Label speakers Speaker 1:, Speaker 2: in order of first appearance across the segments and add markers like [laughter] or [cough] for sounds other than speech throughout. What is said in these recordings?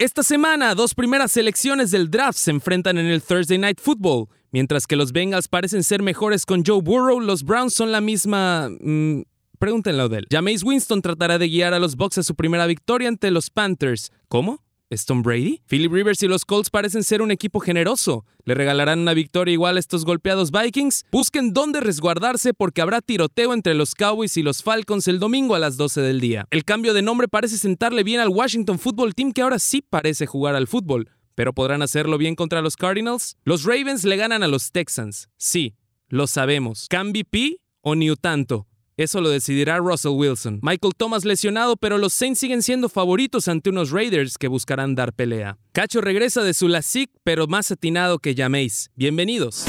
Speaker 1: Esta semana, dos primeras selecciones del draft se enfrentan en el Thursday Night Football. Mientras que los Bengals parecen ser mejores con Joe Burrow, los Browns son la misma... mm, pregúntenle a Odell. Jameis Winston tratará de guiar a los Bucks a su primera victoria ante los Panthers. ¿Cómo? ¿Es Tom Brady? Philip Rivers y los Colts parecen ser un equipo generoso. ¿Le regalarán una victoria igual a estos golpeados Vikings? Busquen dónde resguardarse porque habrá tiroteo entre los Cowboys y los Falcons el domingo a las 12 del día. El cambio de nombre parece sentarle bien al Washington Football Team que ahora sí parece jugar al fútbol. ¿Pero podrán hacerlo bien contra los Cardinals? Los Ravens le ganan a los Texans. Sí, lo sabemos. ¿Cambi P o New Tanto? Eso lo decidirá Russell Wilson. Michael Thomas lesionado, pero los Saints siguen siendo favoritos ante unos Raiders que buscarán dar pelea. Cacho regresa de su LASIK, pero más atinado que llaméis. Bienvenidos.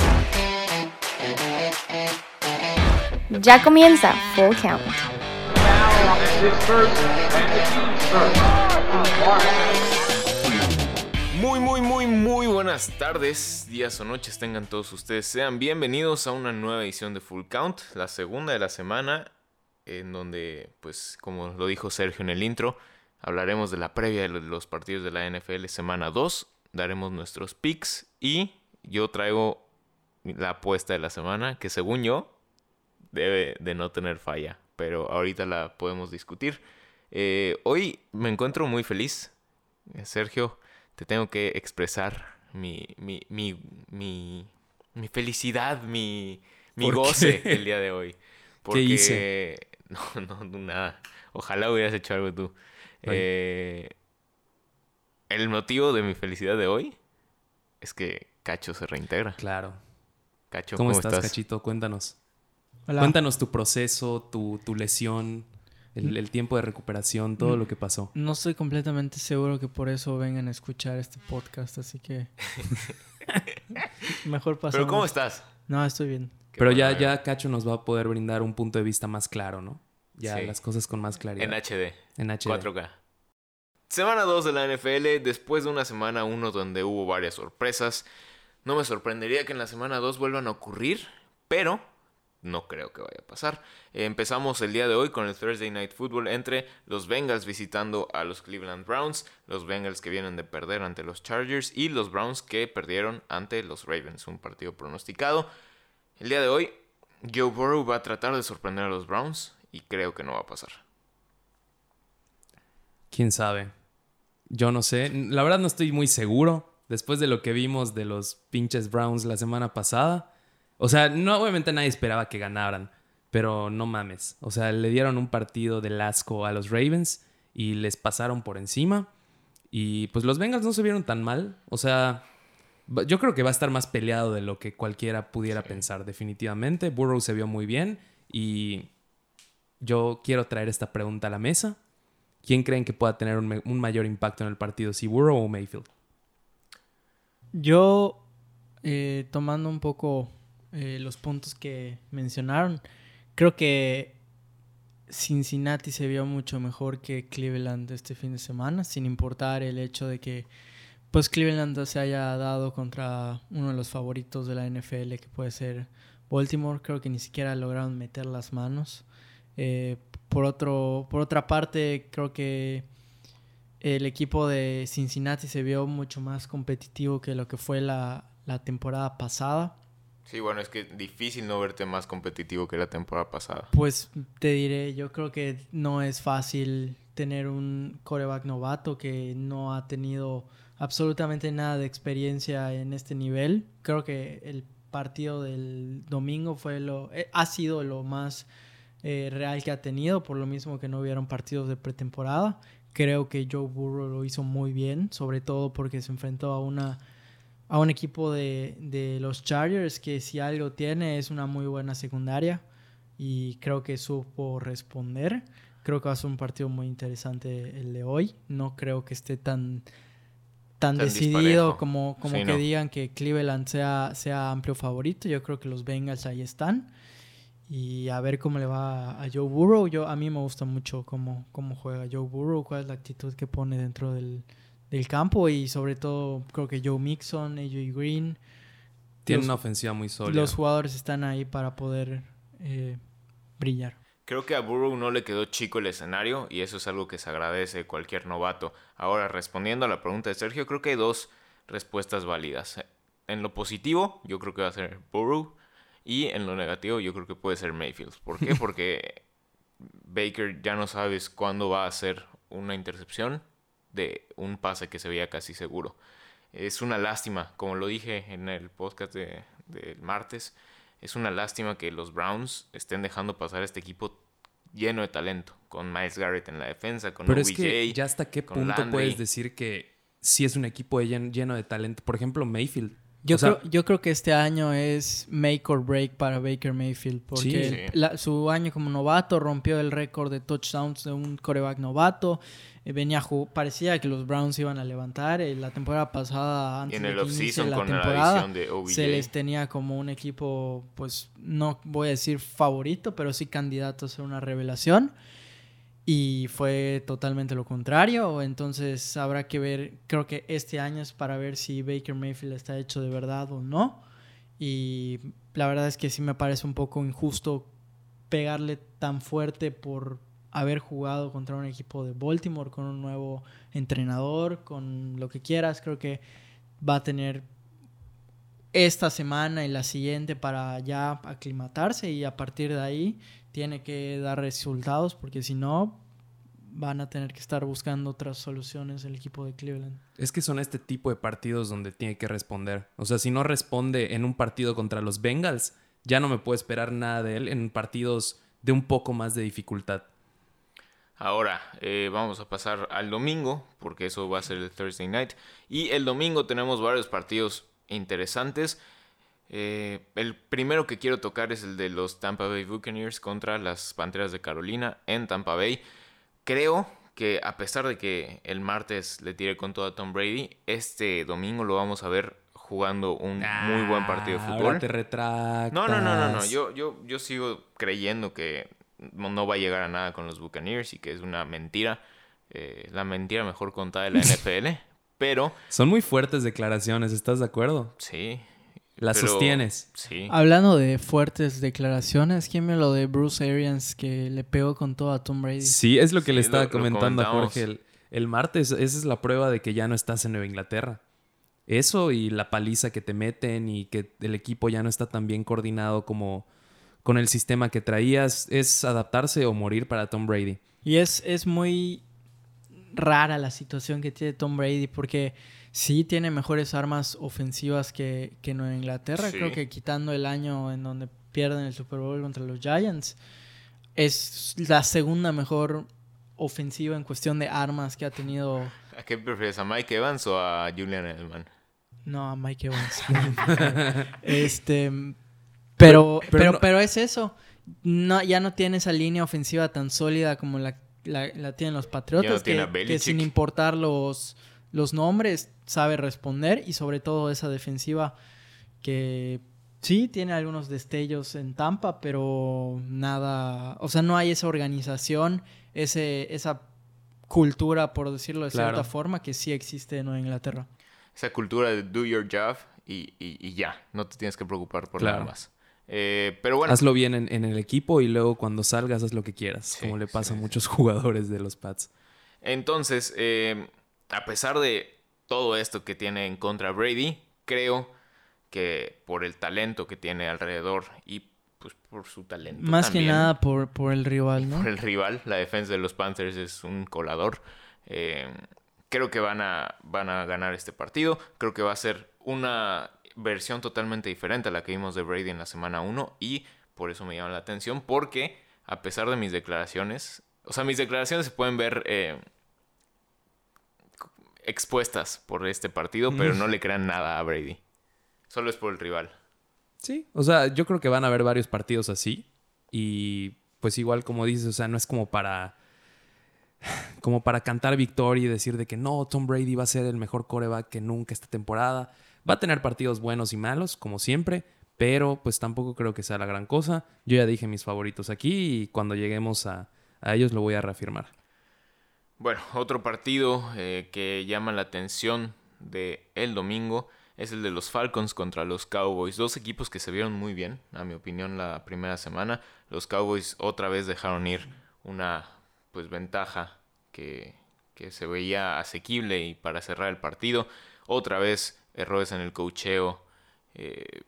Speaker 2: Ya comienza Full Count.
Speaker 3: Muy, muy, muy, muy buenas tardes, días o noches tengan todos ustedes. Sean bienvenidos a una nueva edición de Full Count, la segunda de la semana, en donde, pues, como lo dijo Sergio en el intro, hablaremos de la previa de los partidos de la NFL semana 2, daremos nuestros picks y yo traigo la apuesta de la semana, que según yo, debe de no tener falla, pero ahorita la podemos discutir. Eh, hoy me encuentro muy feliz, eh, Sergio, te tengo que expresar mi, mi, mi, mi, mi felicidad, mi, mi
Speaker 1: ¿Por
Speaker 3: goce
Speaker 1: qué?
Speaker 3: el día de hoy. Porque...
Speaker 1: hice?
Speaker 3: [laughs] No, no, no, nada. Ojalá hubieras hecho algo tú.
Speaker 1: Ay.
Speaker 3: Eh, el motivo de mi felicidad de hoy es que Cacho se reintegra.
Speaker 1: Claro.
Speaker 3: Cacho,
Speaker 1: ¿Cómo, estás, Cachito? Cuéntanos.
Speaker 4: Hola.
Speaker 1: Cuéntanos tu proceso, tu, tu lesión, el, el tiempo de recuperación, todo lo que pasó.
Speaker 4: No estoy completamente seguro que por eso vengan a escuchar este podcast, así que mejor pasamos.
Speaker 3: ¿Pero cómo estás?
Speaker 4: No, estoy bien.
Speaker 3: Qué
Speaker 1: Pero ya,
Speaker 3: bueno,
Speaker 1: ya Cacho nos va a poder brindar un punto de vista más claro, ¿no? Ya
Speaker 3: Sí.
Speaker 1: las cosas con más claridad.
Speaker 3: En HD.
Speaker 1: En HD.
Speaker 3: 4K. Semana 2 de la NFL, después de una semana 1 donde hubo varias sorpresas. No me sorprendería que en la semana 2 vuelvan a ocurrir, pero no creo que vaya a pasar. Eh, Empezamos el día de hoy con el Thursday Night Football entre los Bengals visitando a los Cleveland Browns, los Bengals que vienen de perder ante los Chargers y los Browns que perdieron ante los Ravens, un partido pronosticado. El día de hoy, Joe Burrow va a tratar de sorprender a los Browns y creo que no va a pasar.
Speaker 1: ¿Quién sabe? Yo no sé. La verdad no estoy muy seguro. Después de lo que vimos de los pinches Browns la semana pasada. O sea, no, obviamente nadie esperaba que ganaran. Pero no mames. O sea, le dieron un partido de asco a los Ravens y les pasaron por encima. Y pues los Bengals no se vieron tan mal. O sea, va- yo creo que va a estar más peleado de lo que cualquiera pudiera pensar, definitivamente. Burrow se vio muy bien. Y yo quiero traer esta pregunta a la mesa. ¿Quién creen que pueda tener un, me- un mayor impacto en el partido, si Burrow o Mayfield?
Speaker 4: Yo, eh, tomando un poco eh, los puntos que mencionaron, creo que Cincinnati se vio mucho mejor que Cleveland este fin de semana, sin importar el hecho de que pues Cleveland se haya dado contra uno de los favoritos de la NFL, que puede ser Baltimore. Creo que ni siquiera lograron meter las manos. Eh, por, otro, por otra parte, creo que el equipo de Cincinnati se vio mucho más competitivo que lo que fue la, la temporada pasada.
Speaker 3: Sí, bueno, es que difícil no verte más competitivo que la temporada pasada.
Speaker 4: Pues te diré, yo creo que no es fácil tener un coreback novato que no ha tenido absolutamente nada de experiencia en este nivel. Creo que el partido del domingo fue lo, eh, ha sido lo más eh, real que ha tenido, por lo mismo que no hubieron partidos de pretemporada. Creo que Joe Burrow lo hizo muy bien, sobre todo porque se enfrentó a una a un equipo de, de los Chargers que si algo tiene es una muy buena secundaria y creo que supo responder. Creo que va a ser un partido muy interesante el de hoy. No creo que esté tan,
Speaker 3: Tan
Speaker 4: tan, decidido
Speaker 3: disparejo.
Speaker 4: como, como
Speaker 3: Sí,
Speaker 4: que
Speaker 3: no.
Speaker 4: digan que Cleveland sea, sea amplio favorito. Yo creo que los Bengals ahí están. Y a ver cómo le va a Joe Burrow. Yo, a mí me gusta mucho cómo, cómo juega Joe Burrow, cuál es la actitud que pone dentro del, del campo y sobre todo creo que Joe Mixon, AJ Green,
Speaker 1: Tiene
Speaker 4: Los-
Speaker 1: una ofensiva muy sólida.
Speaker 4: los jugadores están ahí para poder eh, brillar.
Speaker 3: Creo que a Burrow no le quedó chico el escenario y eso es algo que se agradece de cualquier novato. Ahora, respondiendo a la pregunta de Sergio, creo que hay dos respuestas válidas. En lo positivo, yo creo que va a ser Burrow y en lo negativo, yo creo que puede ser Mayfield. ¿Por
Speaker 4: [laughs]
Speaker 3: qué? Porque Baker ya no sabes cuándo va a hacer una intercepción de un pase que se veía casi seguro. Es una lástima, como lo dije en el podcast del de martes, es una lástima que los Browns estén dejando pasar a este equipo lleno de talento, con Miles Garrett en la defensa, con
Speaker 1: Pero
Speaker 3: OBJ,
Speaker 1: es que ya hasta qué
Speaker 3: con
Speaker 1: punto
Speaker 3: Landry.
Speaker 1: puedes decir que sí es un equipo llen- lleno de talento. Por ejemplo, Mayfield.
Speaker 4: Yo,
Speaker 1: O sea-
Speaker 4: creo, yo creo que este año es make or break para Baker Mayfield, porque
Speaker 1: Sí.
Speaker 4: el- la- su año como novato rompió el récord de touchdowns de un coreback novato. eh, venía a ju- parecía que los Browns iban a levantar. eh, la temporada pasada,
Speaker 3: y
Speaker 4: antes
Speaker 3: en
Speaker 4: de
Speaker 3: el
Speaker 4: que inicie
Speaker 3: offseason
Speaker 4: la
Speaker 3: con la
Speaker 4: temporada,
Speaker 3: adición de OBJ.
Speaker 4: se les tenía como un equipo, pues no voy a decir favorito, pero sí candidato a ser una revelación. Y fue totalmente lo contrario. Entonces habrá que ver, creo que este año es para ver si Baker Mayfield está hecho de verdad o no. Y la verdad es que sí me parece un poco injusto pegarle tan fuerte por haber jugado contra un equipo de Baltimore con un nuevo entrenador, con lo que quieras. Creo que va a tener esta semana y la siguiente para ya aclimatarse y a partir de ahí tiene que dar resultados porque si no van a tener que estar buscando otras soluciones el equipo de Cleveland.
Speaker 1: Es que son este tipo de partidos donde tiene que responder. O sea, si no responde en un partido contra los Bengals, ya no me puedo esperar nada de él en partidos de un poco más de dificultad.
Speaker 3: Ahora eh, vamos a pasar al domingo, porque eso va a ser el Thursday Night. Y el domingo tenemos varios partidos interesantes. Eh, el primero que quiero tocar es el de los Tampa Bay Buccaneers contra las Panteras de Carolina en Tampa Bay. Creo que a pesar de que el martes le tiré con todo a Tom Brady, este domingo lo vamos a ver jugando un muy buen partido de
Speaker 1: Ah,
Speaker 3: fútbol.
Speaker 1: ahora te retractas.
Speaker 3: No, no, no, no, no. Yo, yo, yo sigo creyendo que no no va a llegar a nada con los Buccaneers y que es una mentira. Eh, la mentira mejor contada de la NFL. pero,
Speaker 1: Son muy fuertes declaraciones, ¿estás de acuerdo?
Speaker 3: sí.
Speaker 1: Las
Speaker 3: pero-
Speaker 1: sostienes.
Speaker 3: Sí.
Speaker 4: Hablando de fuertes declaraciones, ¿quién me lo de Bruce Arians que le pegó con todo a Tom Brady?
Speaker 1: Sí, es lo que le
Speaker 3: Sí,
Speaker 1: estaba
Speaker 3: lo- lo
Speaker 1: comentando a
Speaker 3: comentamos.
Speaker 1: Jorge el, el martes. Esa es la prueba de que ya no estás en Nueva Inglaterra. Eso y la paliza que te meten y que el equipo ya no está tan bien coordinado como con el sistema que traías es adaptarse o morir para Tom Brady.
Speaker 4: Y es, es muy rara la situación que tiene Tom Brady porque sí tiene mejores armas ofensivas que, que Nueva Inglaterra.
Speaker 3: Sí.
Speaker 4: Creo que quitando el año en donde pierden el Super Bowl contra los Giants, es la segunda mejor ofensiva en cuestión de armas que ha tenido
Speaker 3: ¿A qué prefieres? ¿A Mike Evans o a Julian Edelman?
Speaker 4: No, a Mike Evans. este, pero, pero, pero,
Speaker 1: no-
Speaker 4: es eso. No, ya no tiene esa línea ofensiva tan sólida como la, la- la tienen los Patriotas. que-
Speaker 3: tiene a
Speaker 4: que,
Speaker 3: Belichick.
Speaker 4: sin importar los, los nombres sabe responder y sobre todo esa defensiva que sí tiene algunos destellos en Tampa, pero nada, o sea, no hay esa organización, ese, esa cultura, por decirlo de
Speaker 1: Claro.
Speaker 4: cierta forma, que sí existe en Nueva Inglaterra.
Speaker 3: esa cultura de do your job y, y- y ya, no te tienes que preocupar por nada
Speaker 1: Claro.
Speaker 3: más. Eh, pero bueno,
Speaker 1: Hazlo bien en, en el equipo y luego cuando salgas haz lo que quieras,
Speaker 3: Sí,
Speaker 1: como le pasa
Speaker 3: sí,
Speaker 1: a
Speaker 3: sí.
Speaker 1: muchos [laughs] jugadores de los Pats.
Speaker 3: entonces, eh, a pesar de todo esto que tiene en contra Brady, creo que por el talento que tiene alrededor y pues por su talento.
Speaker 4: Más que
Speaker 3: también,
Speaker 4: nada por, por el rival, ¿no?
Speaker 3: Por el rival, la defensa de los Panthers es un colador. Eh, creo que van a, van a ganar este partido. Creo que va a ser una versión totalmente diferente a la que vimos de Brady en la semana 1 y por eso me llama la atención porque a pesar de mis declaraciones, o sea, mis declaraciones se pueden ver eh, expuestas por este partido, pero no le crean nada a Brady. Solo es por el rival.
Speaker 1: Sí, o sea, yo creo que van a haber varios partidos así. Y pues igual como dices, o sea, no es como para como para cantar victoria y decir de que no, Tom Brady va a ser el mejor coreback que nunca esta temporada. Va a tener partidos buenos y malos, como siempre, pero pues tampoco creo que sea la gran cosa. Yo ya dije mis favoritos aquí y cuando lleguemos a, a ellos lo voy a reafirmar.
Speaker 3: [laughs] Bueno, otro partido eh, que llama la atención de el domingo es el de los Falcons contra los Cowboys. Dos equipos que se vieron muy bien, a mi opinión, la primera semana. Los Cowboys otra vez dejaron ir una pues ventaja que, que se veía asequible y para cerrar el partido. Otra vez errores en el cocheo eh,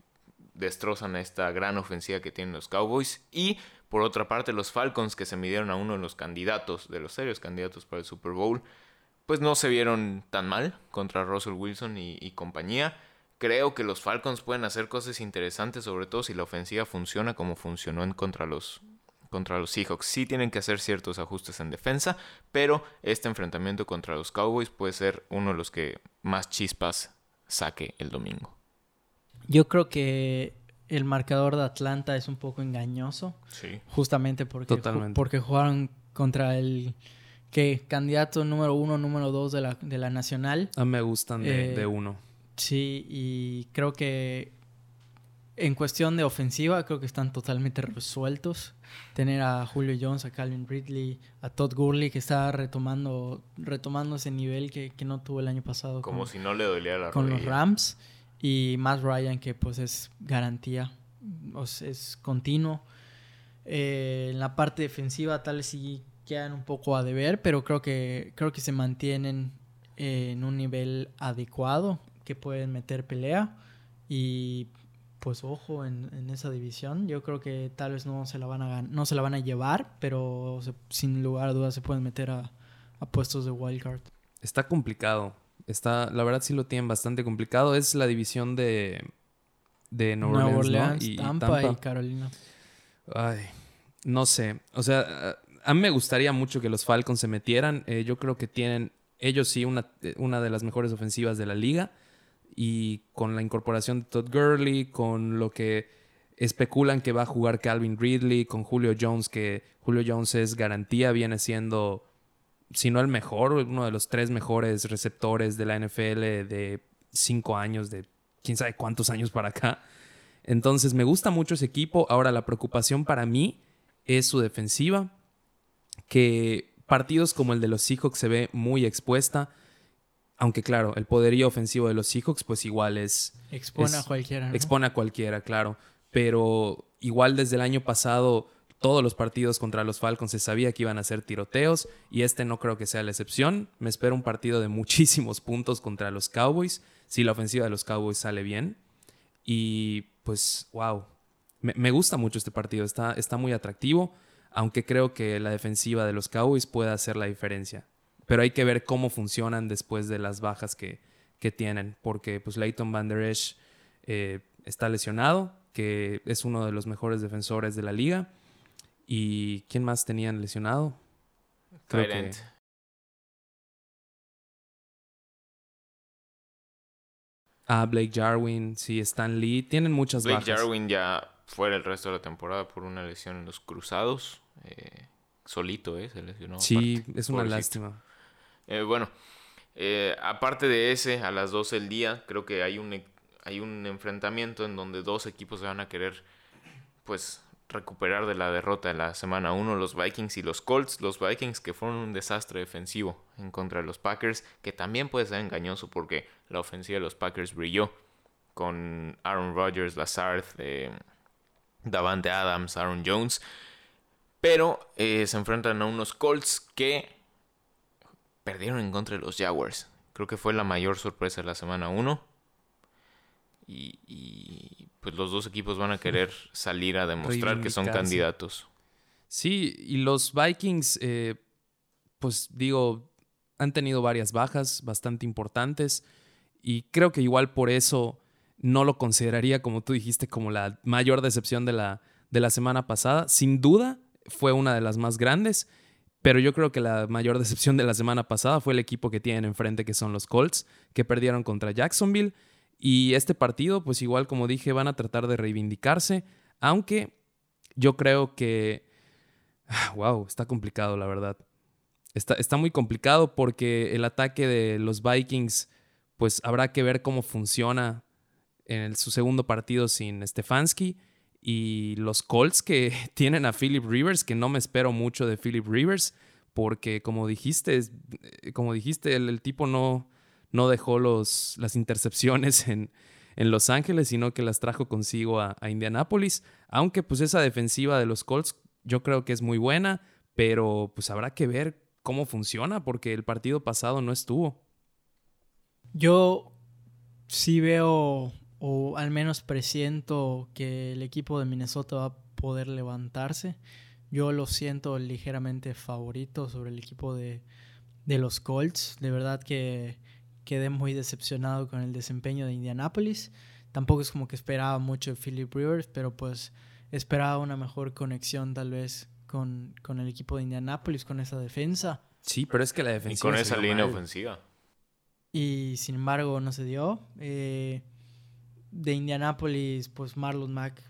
Speaker 3: destrozan esta gran ofensiva que tienen los Cowboys. Y por otra parte los Falcons que se midieron a uno de los candidatos, de los serios candidatos para el Super Bowl, pues no se vieron tan mal contra Russell Wilson y, y compañía. Creo que los Falcons pueden hacer cosas interesantes, sobre todo si la ofensiva funciona como funcionó en contra los, contra los Seahawks. Sí tienen que hacer ciertos ajustes en defensa, pero este enfrentamiento contra los Cowboys puede ser uno de los que más chispas saque el domingo.
Speaker 4: Yo creo que el marcador de Atlanta es un poco engañoso.
Speaker 3: Sí.
Speaker 4: Justamente porque,
Speaker 1: Totalmente.
Speaker 4: ju- porque jugaron contra el que candidato número uno, número dos de la, de la nacional.
Speaker 1: Ah, me gustan de,
Speaker 4: Eh,
Speaker 1: de uno.
Speaker 4: Sí, y creo que en cuestión de ofensiva, creo que están totalmente resueltos. Tener a Julio Jones, a Calvin Ridley, a Todd Gurley, que está retomando, retomando ese nivel que, que no tuvo el año pasado
Speaker 3: Como
Speaker 4: con,
Speaker 3: si no le doliera la
Speaker 4: con los
Speaker 3: rodilla.
Speaker 4: Rams. Y Matt Ryan, que pues es garantía, o sea, es continuo. Eh, en la parte defensiva tal vez sí quedan un poco a deber, pero creo que, creo que se mantienen eh, en un nivel adecuado, que pueden meter pelea. Y pues ojo en, en esa división. Yo creo que tal vez no se la van a, gan- no se la van a llevar, pero se- sin lugar a dudas se pueden meter a, a puestos de wildcard.
Speaker 1: Está complicado. Está, la verdad sí lo tienen bastante complicado. Es la división de, de Nueva
Speaker 4: Nueva
Speaker 1: Orleans, ¿no?
Speaker 4: Orleans,
Speaker 1: Y- y
Speaker 4: Tampa y
Speaker 1: Tampa.
Speaker 4: Carolina.
Speaker 1: Ay, no sé. O sea, eh, a- a mí me gustaría mucho que los Falcons se metieran. Eh, yo creo que tienen, ellos sí, una, eh, una de las mejores ofensivas de la liga. Y con la incorporación de Todd Gurley, con lo que especulan que va a jugar Calvin Ridley, con Julio Jones, que Julio Jones es garantía, viene siendo, si no el mejor, uno de los tres mejores receptores de la NFL de cinco años, de quién sabe cuántos años para acá. Entonces me gusta mucho ese equipo. Ahora la preocupación para mí es su defensiva, que partidos como el de los Seahawks se ve muy expuesta. Aunque claro, el poderío ofensivo de los Seahawks pues igual es,
Speaker 4: Expone a
Speaker 1: Es-
Speaker 4: cualquiera. ¿no?
Speaker 1: expone a cualquiera, claro. Pero igual desde el año pasado todos los partidos contra los Falcons se sabía que iban a ser tiroteos y este no creo que sea la excepción. Me espero un partido de [laughs] muchísimos puntos contra los Cowboys si la ofensiva de los Cowboys sale bien. Y pues, wow, me, me gusta mucho este partido, está, está muy atractivo, aunque creo que la defensiva de los Cowboys puede hacer la diferencia. Pero hay que ver cómo funcionan después de las bajas que, que tienen, porque pues Leighton Van Der Esch eh, está lesionado, que es uno de los mejores defensores de la liga. ¿Y quién más tenían lesionado? Creo
Speaker 3: Tight end.
Speaker 1: que- Ah, Blake Jarwin, sí, Stan Lee, tienen muchas
Speaker 3: Blake
Speaker 1: bajas.
Speaker 3: Jarwin ya fuera el resto de la temporada por una lesión en los cruzados. eh, solito, ¿eh? Se lesionó.
Speaker 1: sí,
Speaker 3: aparte.
Speaker 1: es una
Speaker 3: Pobrecito.
Speaker 1: lástima.
Speaker 3: Eh, bueno, eh, aparte de ese, a las 12 del día, creo que hay un, e- hay un enfrentamiento en donde dos equipos se van a querer, pues, recuperar de la derrota de la semana 1, los Vikings y los Colts. Los Vikings que fueron un desastre defensivo en contra de los Packers, que también puede ser engañoso porque la ofensiva de los Packers brilló con Aaron Rodgers, Lazard, eh, Davante Adams, Aaron Jones. Pero eh, se enfrentan a unos Colts que perdieron en contra de los Jaguars. Creo que fue la mayor sorpresa de la semana 1. Y, y, pues los dos equipos van a
Speaker 1: [laughs]
Speaker 3: querer salir a demostrar que son
Speaker 1: Reivindicarse.
Speaker 3: candidatos.
Speaker 1: Sí, y los Vikings, eh, pues digo, han tenido varias bajas bastante importantes y creo que igual por eso no lo consideraría, como tú dijiste, como la mayor decepción de la, de la semana pasada. Sin duda fue una de las más grandes, pero yo creo que la mayor decepción de la semana pasada fue el equipo que tienen enfrente, que son los Colts, que perdieron contra Jacksonville. Y este partido, pues igual como dije, van a tratar de reivindicarse, aunque yo creo que... [sighs] Wow, está complicado, la verdad. Está, está muy complicado porque el ataque de los Vikings, pues habrá que ver cómo funciona en el- su segundo partido sin Stefanski. Y los Colts que [laughs] tienen a Philip Rivers, que no me espero mucho de Philip Rivers, porque como dijiste, es- eh, como dijiste, el, el tipo no, no dejó los, las intercepciones [laughs] en, en Los Ángeles, sino que las trajo consigo a, a Indianápolis. Aunque pues esa defensiva de los Colts yo creo que es muy buena, pero pues habrá que ver cómo funciona porque el partido pasado no estuvo.
Speaker 4: Yo sí veo o al menos presiento que el equipo de Minnesota va a poder levantarse. Yo lo siento ligeramente favorito sobre el equipo de, de los Colts. De verdad que quedé muy decepcionado con el desempeño de Indianapolis. Tampoco es como que esperaba mucho de Philip Rivers, pero pues esperaba una mejor conexión tal vez con, con el equipo de Indianapolis, con esa defensa.
Speaker 1: Sí, pero es que la
Speaker 3: Y
Speaker 1: defensiva.
Speaker 3: con
Speaker 1: se
Speaker 3: esa
Speaker 1: vio
Speaker 3: línea
Speaker 1: mal.
Speaker 3: ofensiva.
Speaker 4: Y sin embargo no se dio. Eh, de Indianapolis, pues Marlon Mack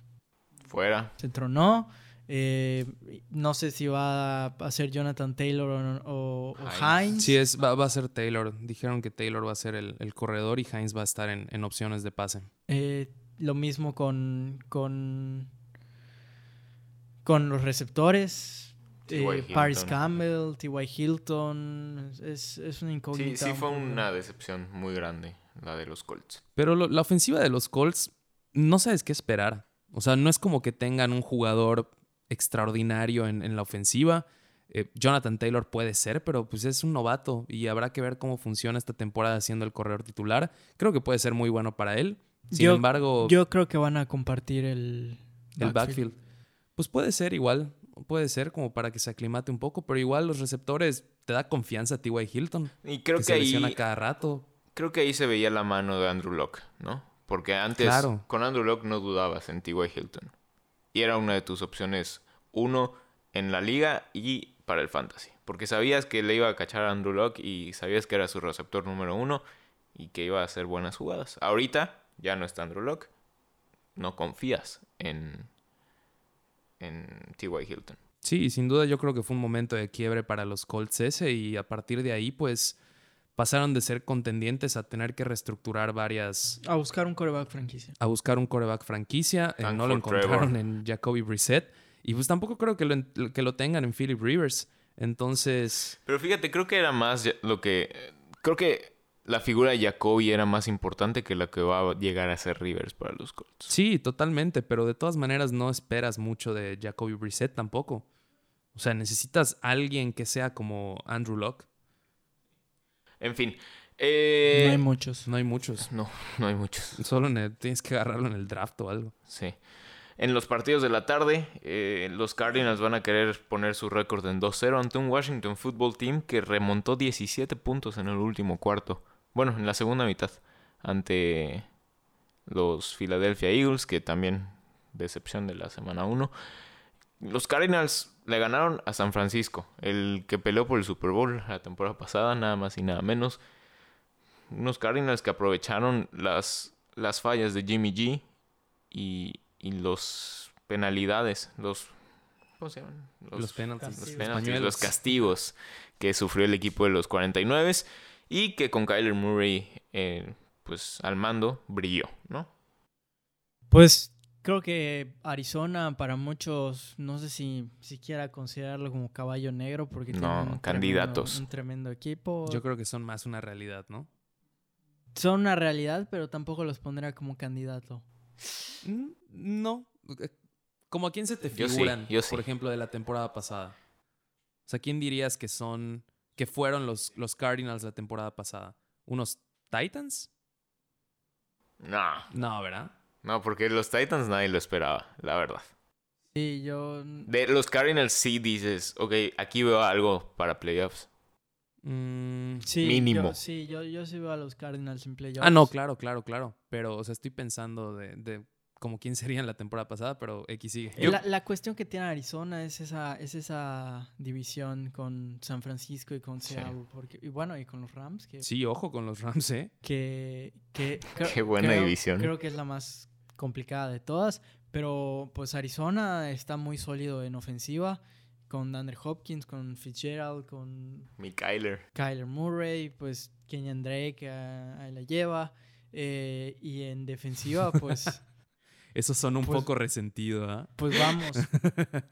Speaker 3: Fuera.
Speaker 4: se tronó. Eh, no sé si va a ser Jonathan Taylor o, o- o
Speaker 3: Hines.
Speaker 4: Hines.
Speaker 1: Sí, es, va, va a ser Taylor. Dijeron que Taylor va a ser el, el corredor y Hines va a estar en, en opciones de pase.
Speaker 4: Eh, lo mismo con, con, con los receptores.
Speaker 3: T.Y.
Speaker 4: Eh,
Speaker 3: Hilton.
Speaker 4: Paris Campbell, T.Y. Hilton. Es, es una incógnita.
Speaker 3: Sí, sí fue
Speaker 4: un poco.
Speaker 3: una decepción muy grande la de los Colts.
Speaker 1: Pero lo- la ofensiva de los Colts, no sabes qué esperar. O sea, no es como que tengan un jugador extraordinario en, en la ofensiva. Eh, Jonathan Taylor puede ser, pero pues es un novato y habrá que ver cómo funciona esta temporada siendo el corredor titular. Creo que puede ser muy bueno para él. Sin
Speaker 4: Yo-
Speaker 1: embargo,
Speaker 4: Yo Ah, creo que van a compartir el,
Speaker 1: el backfield. Pues puede ser igual, puede ser como para que se aclimate un poco, pero igual los receptores te da confianza a T.Y. Hilton,
Speaker 3: Y creo
Speaker 1: que
Speaker 3: que,
Speaker 1: se lesiona
Speaker 3: ahí
Speaker 1: cada rato.
Speaker 3: creo que ahí se veía la mano de Andrew Locke, ¿no? Porque antes
Speaker 1: Claro.
Speaker 3: con Andrew Locke no dudabas en T.Y. Hilton. Y era una de tus opciones uno en la liga y para el fantasy. Porque sabías que le iba a cachar a Andrew Locke y sabías que era su receptor número uno y que iba a hacer buenas jugadas. Ahorita ya no está Andrew Locke. No confías en, en T.Y. Hilton.
Speaker 1: Sí, y sin duda yo creo que fue un momento de quiebre para los Colts ese y a partir de ahí pues pasaron de ser contendientes a tener que reestructurar varias,
Speaker 4: A buscar un coreback franquicia.
Speaker 1: a buscar un coreback franquicia, eh,
Speaker 3: Tank
Speaker 1: no lo
Speaker 3: for Trevor.
Speaker 1: encontraron en Jacoby Brissett y pues tampoco creo que lo, en- que lo tengan en Philip Rivers. Entonces,
Speaker 3: Pero fíjate, creo que era más ya- lo que. Creo que la figura de Jacoby era más importante que la que va a llegar a ser Rivers para los Colts.
Speaker 1: Sí, totalmente, pero de todas maneras no esperas mucho de Jacoby Brissett tampoco. O sea, necesitas alguien que sea como Andrew Locke.
Speaker 3: En fin. eh,
Speaker 4: no hay muchos.
Speaker 1: No hay muchos.
Speaker 3: no, no hay muchos.
Speaker 1: Solo en el- tienes que agarrarlo en el draft o algo.
Speaker 3: Sí. En los partidos de la tarde, eh, los Cardinals van a querer poner su récord en 2-0 ante un Washington Football Team que remontó 17 puntos en el último cuarto. Bueno, en la segunda mitad. Ante los Philadelphia Eagles, que también decepción de la semana 1. Los Cardinals le ganaron a San Francisco, el que peleó por el Super Bowl la temporada pasada, nada más y nada menos. Unos Cardinals que aprovecharon las, las fallas de Jimmy G y, y los penalidades, los... ¿Cómo se llaman?
Speaker 1: Los, penalties.
Speaker 3: los
Speaker 4: castigos.
Speaker 3: penaltis,
Speaker 1: pañuelos.
Speaker 3: los castigos que sufrió el equipo de los 49 y que con Kyler Murray, eh, pues al mando, brilló, ¿no?
Speaker 4: Pues creo que Arizona para muchos, no sé si siquiera considerarlo como caballo negro porque
Speaker 3: No,
Speaker 4: tienen
Speaker 3: candidatos.
Speaker 4: Tremendo, un tremendo equipo.
Speaker 1: Yo creo que son más una realidad, ¿no?
Speaker 4: Son una realidad, pero tampoco los pondría como candidato.
Speaker 1: Mm, No. Eh, ¿Como a quién se te
Speaker 3: Yo sí,
Speaker 1: figuran,
Speaker 3: yo sí.
Speaker 1: por ejemplo, de la temporada pasada? O sea, ¿quién dirías que son, que fueron los, los Cardinals la temporada pasada? ¿Unos Titans?
Speaker 3: No,
Speaker 1: No, ¿verdad?
Speaker 3: no, porque los Titans nadie lo esperaba, la verdad.
Speaker 4: Sí, yo
Speaker 3: De los Cardinals sí dices, ok, aquí veo algo para playoffs.
Speaker 1: Mm,
Speaker 4: sí,
Speaker 3: mínimo.
Speaker 4: yo- sí, yo, yo sí veo a los Cardinals en playoffs.
Speaker 1: Ah, no, claro, claro, claro. Pero, o sea, estoy pensando de, de como quién sería en la temporada pasada, pero X sigue.
Speaker 3: Yo-
Speaker 4: Eh, La, la cuestión que tiene Arizona es esa, es esa división con San Francisco y con
Speaker 3: Sí.
Speaker 4: Seattle. Porque, y bueno, y con los Rams, que
Speaker 1: Sí, ojo con los Rams, ¿eh?
Speaker 4: que,
Speaker 3: [laughs]
Speaker 4: que creo-
Speaker 3: Qué buena
Speaker 4: creo-
Speaker 3: división.
Speaker 4: Creo que es la más complicada de todas, pero pues Arizona está muy sólido en ofensiva con Andrew Hopkins, con Fitzgerald, con
Speaker 3: Mi Kyler.
Speaker 4: Kyler Murray, pues Kenyan Drake ah, ahí la lleva eh, y en defensiva
Speaker 3: [laughs]
Speaker 4: pues
Speaker 1: Esos son un
Speaker 4: Pues-
Speaker 1: poco resentidos, ¿ah?
Speaker 4: pues vamos,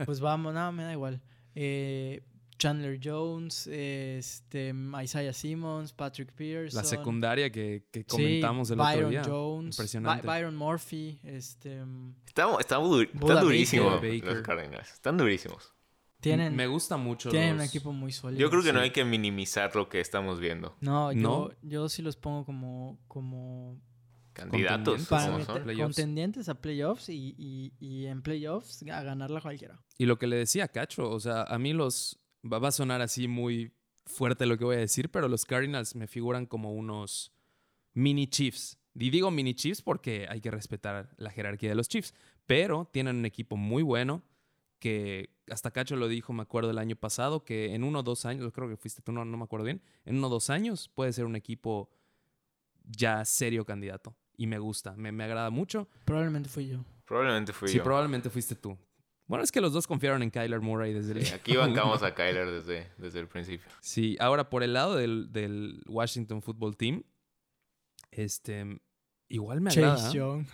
Speaker 4: pues vamos, nada, me da igual. Eh, Chandler Jones, este, Isaiah Simmons, Patrick Pierce.
Speaker 1: La secundaria que, que comentamos el otro día.
Speaker 4: Byron Jones,
Speaker 1: Impresionante.
Speaker 4: By- Byron Murphy, este,
Speaker 3: Está, está du- está
Speaker 4: Buda
Speaker 3: durísimo
Speaker 1: Baker.
Speaker 3: los Cardinals. Están durísimos.
Speaker 4: tienen,
Speaker 1: Me gusta mucho.
Speaker 4: tienen
Speaker 1: los-
Speaker 4: un equipo muy sólido.
Speaker 3: Yo creo que no
Speaker 1: Sí.
Speaker 3: hay que minimizar lo que estamos viendo.
Speaker 4: No, yo,
Speaker 1: No.
Speaker 4: yo sí los pongo como, como
Speaker 1: Contendientes.
Speaker 3: Candidatos, como
Speaker 1: Para
Speaker 3: son.
Speaker 1: meter-
Speaker 4: parameter-
Speaker 1: Playoffs.
Speaker 4: contendientes a playoffs y, y- y en playoffs a ganarla cualquiera.
Speaker 1: Y lo que le decía a Cacho, o sea, a mí los. Va, va a sonar así muy fuerte lo que voy a decir, pero los Cardinals me figuran como unos mini Chiefs. Y digo mini Chiefs porque hay que respetar la jerarquía de los Chiefs, pero tienen un equipo muy bueno que hasta Cacho lo dijo, me acuerdo, el año pasado, que en uno o dos años, creo que fuiste tú, no, no me acuerdo bien, en uno o dos años puede ser un equipo ya serio candidato. Y me gusta, me, me agrada mucho.
Speaker 4: Probablemente fui yo.
Speaker 3: Probablemente fui
Speaker 1: Sí,
Speaker 3: yo.
Speaker 1: probablemente fuiste tú. Bueno, es que los dos confiaron en Kyler Murray desde el...
Speaker 3: Sí, Eh, Aquí bancamos a Kyler desde, desde el principio.
Speaker 1: [laughs] Sí, ahora por el lado del, del Washington Football Team, este, igual me agrada. ¿eh?
Speaker 4: Chase Young.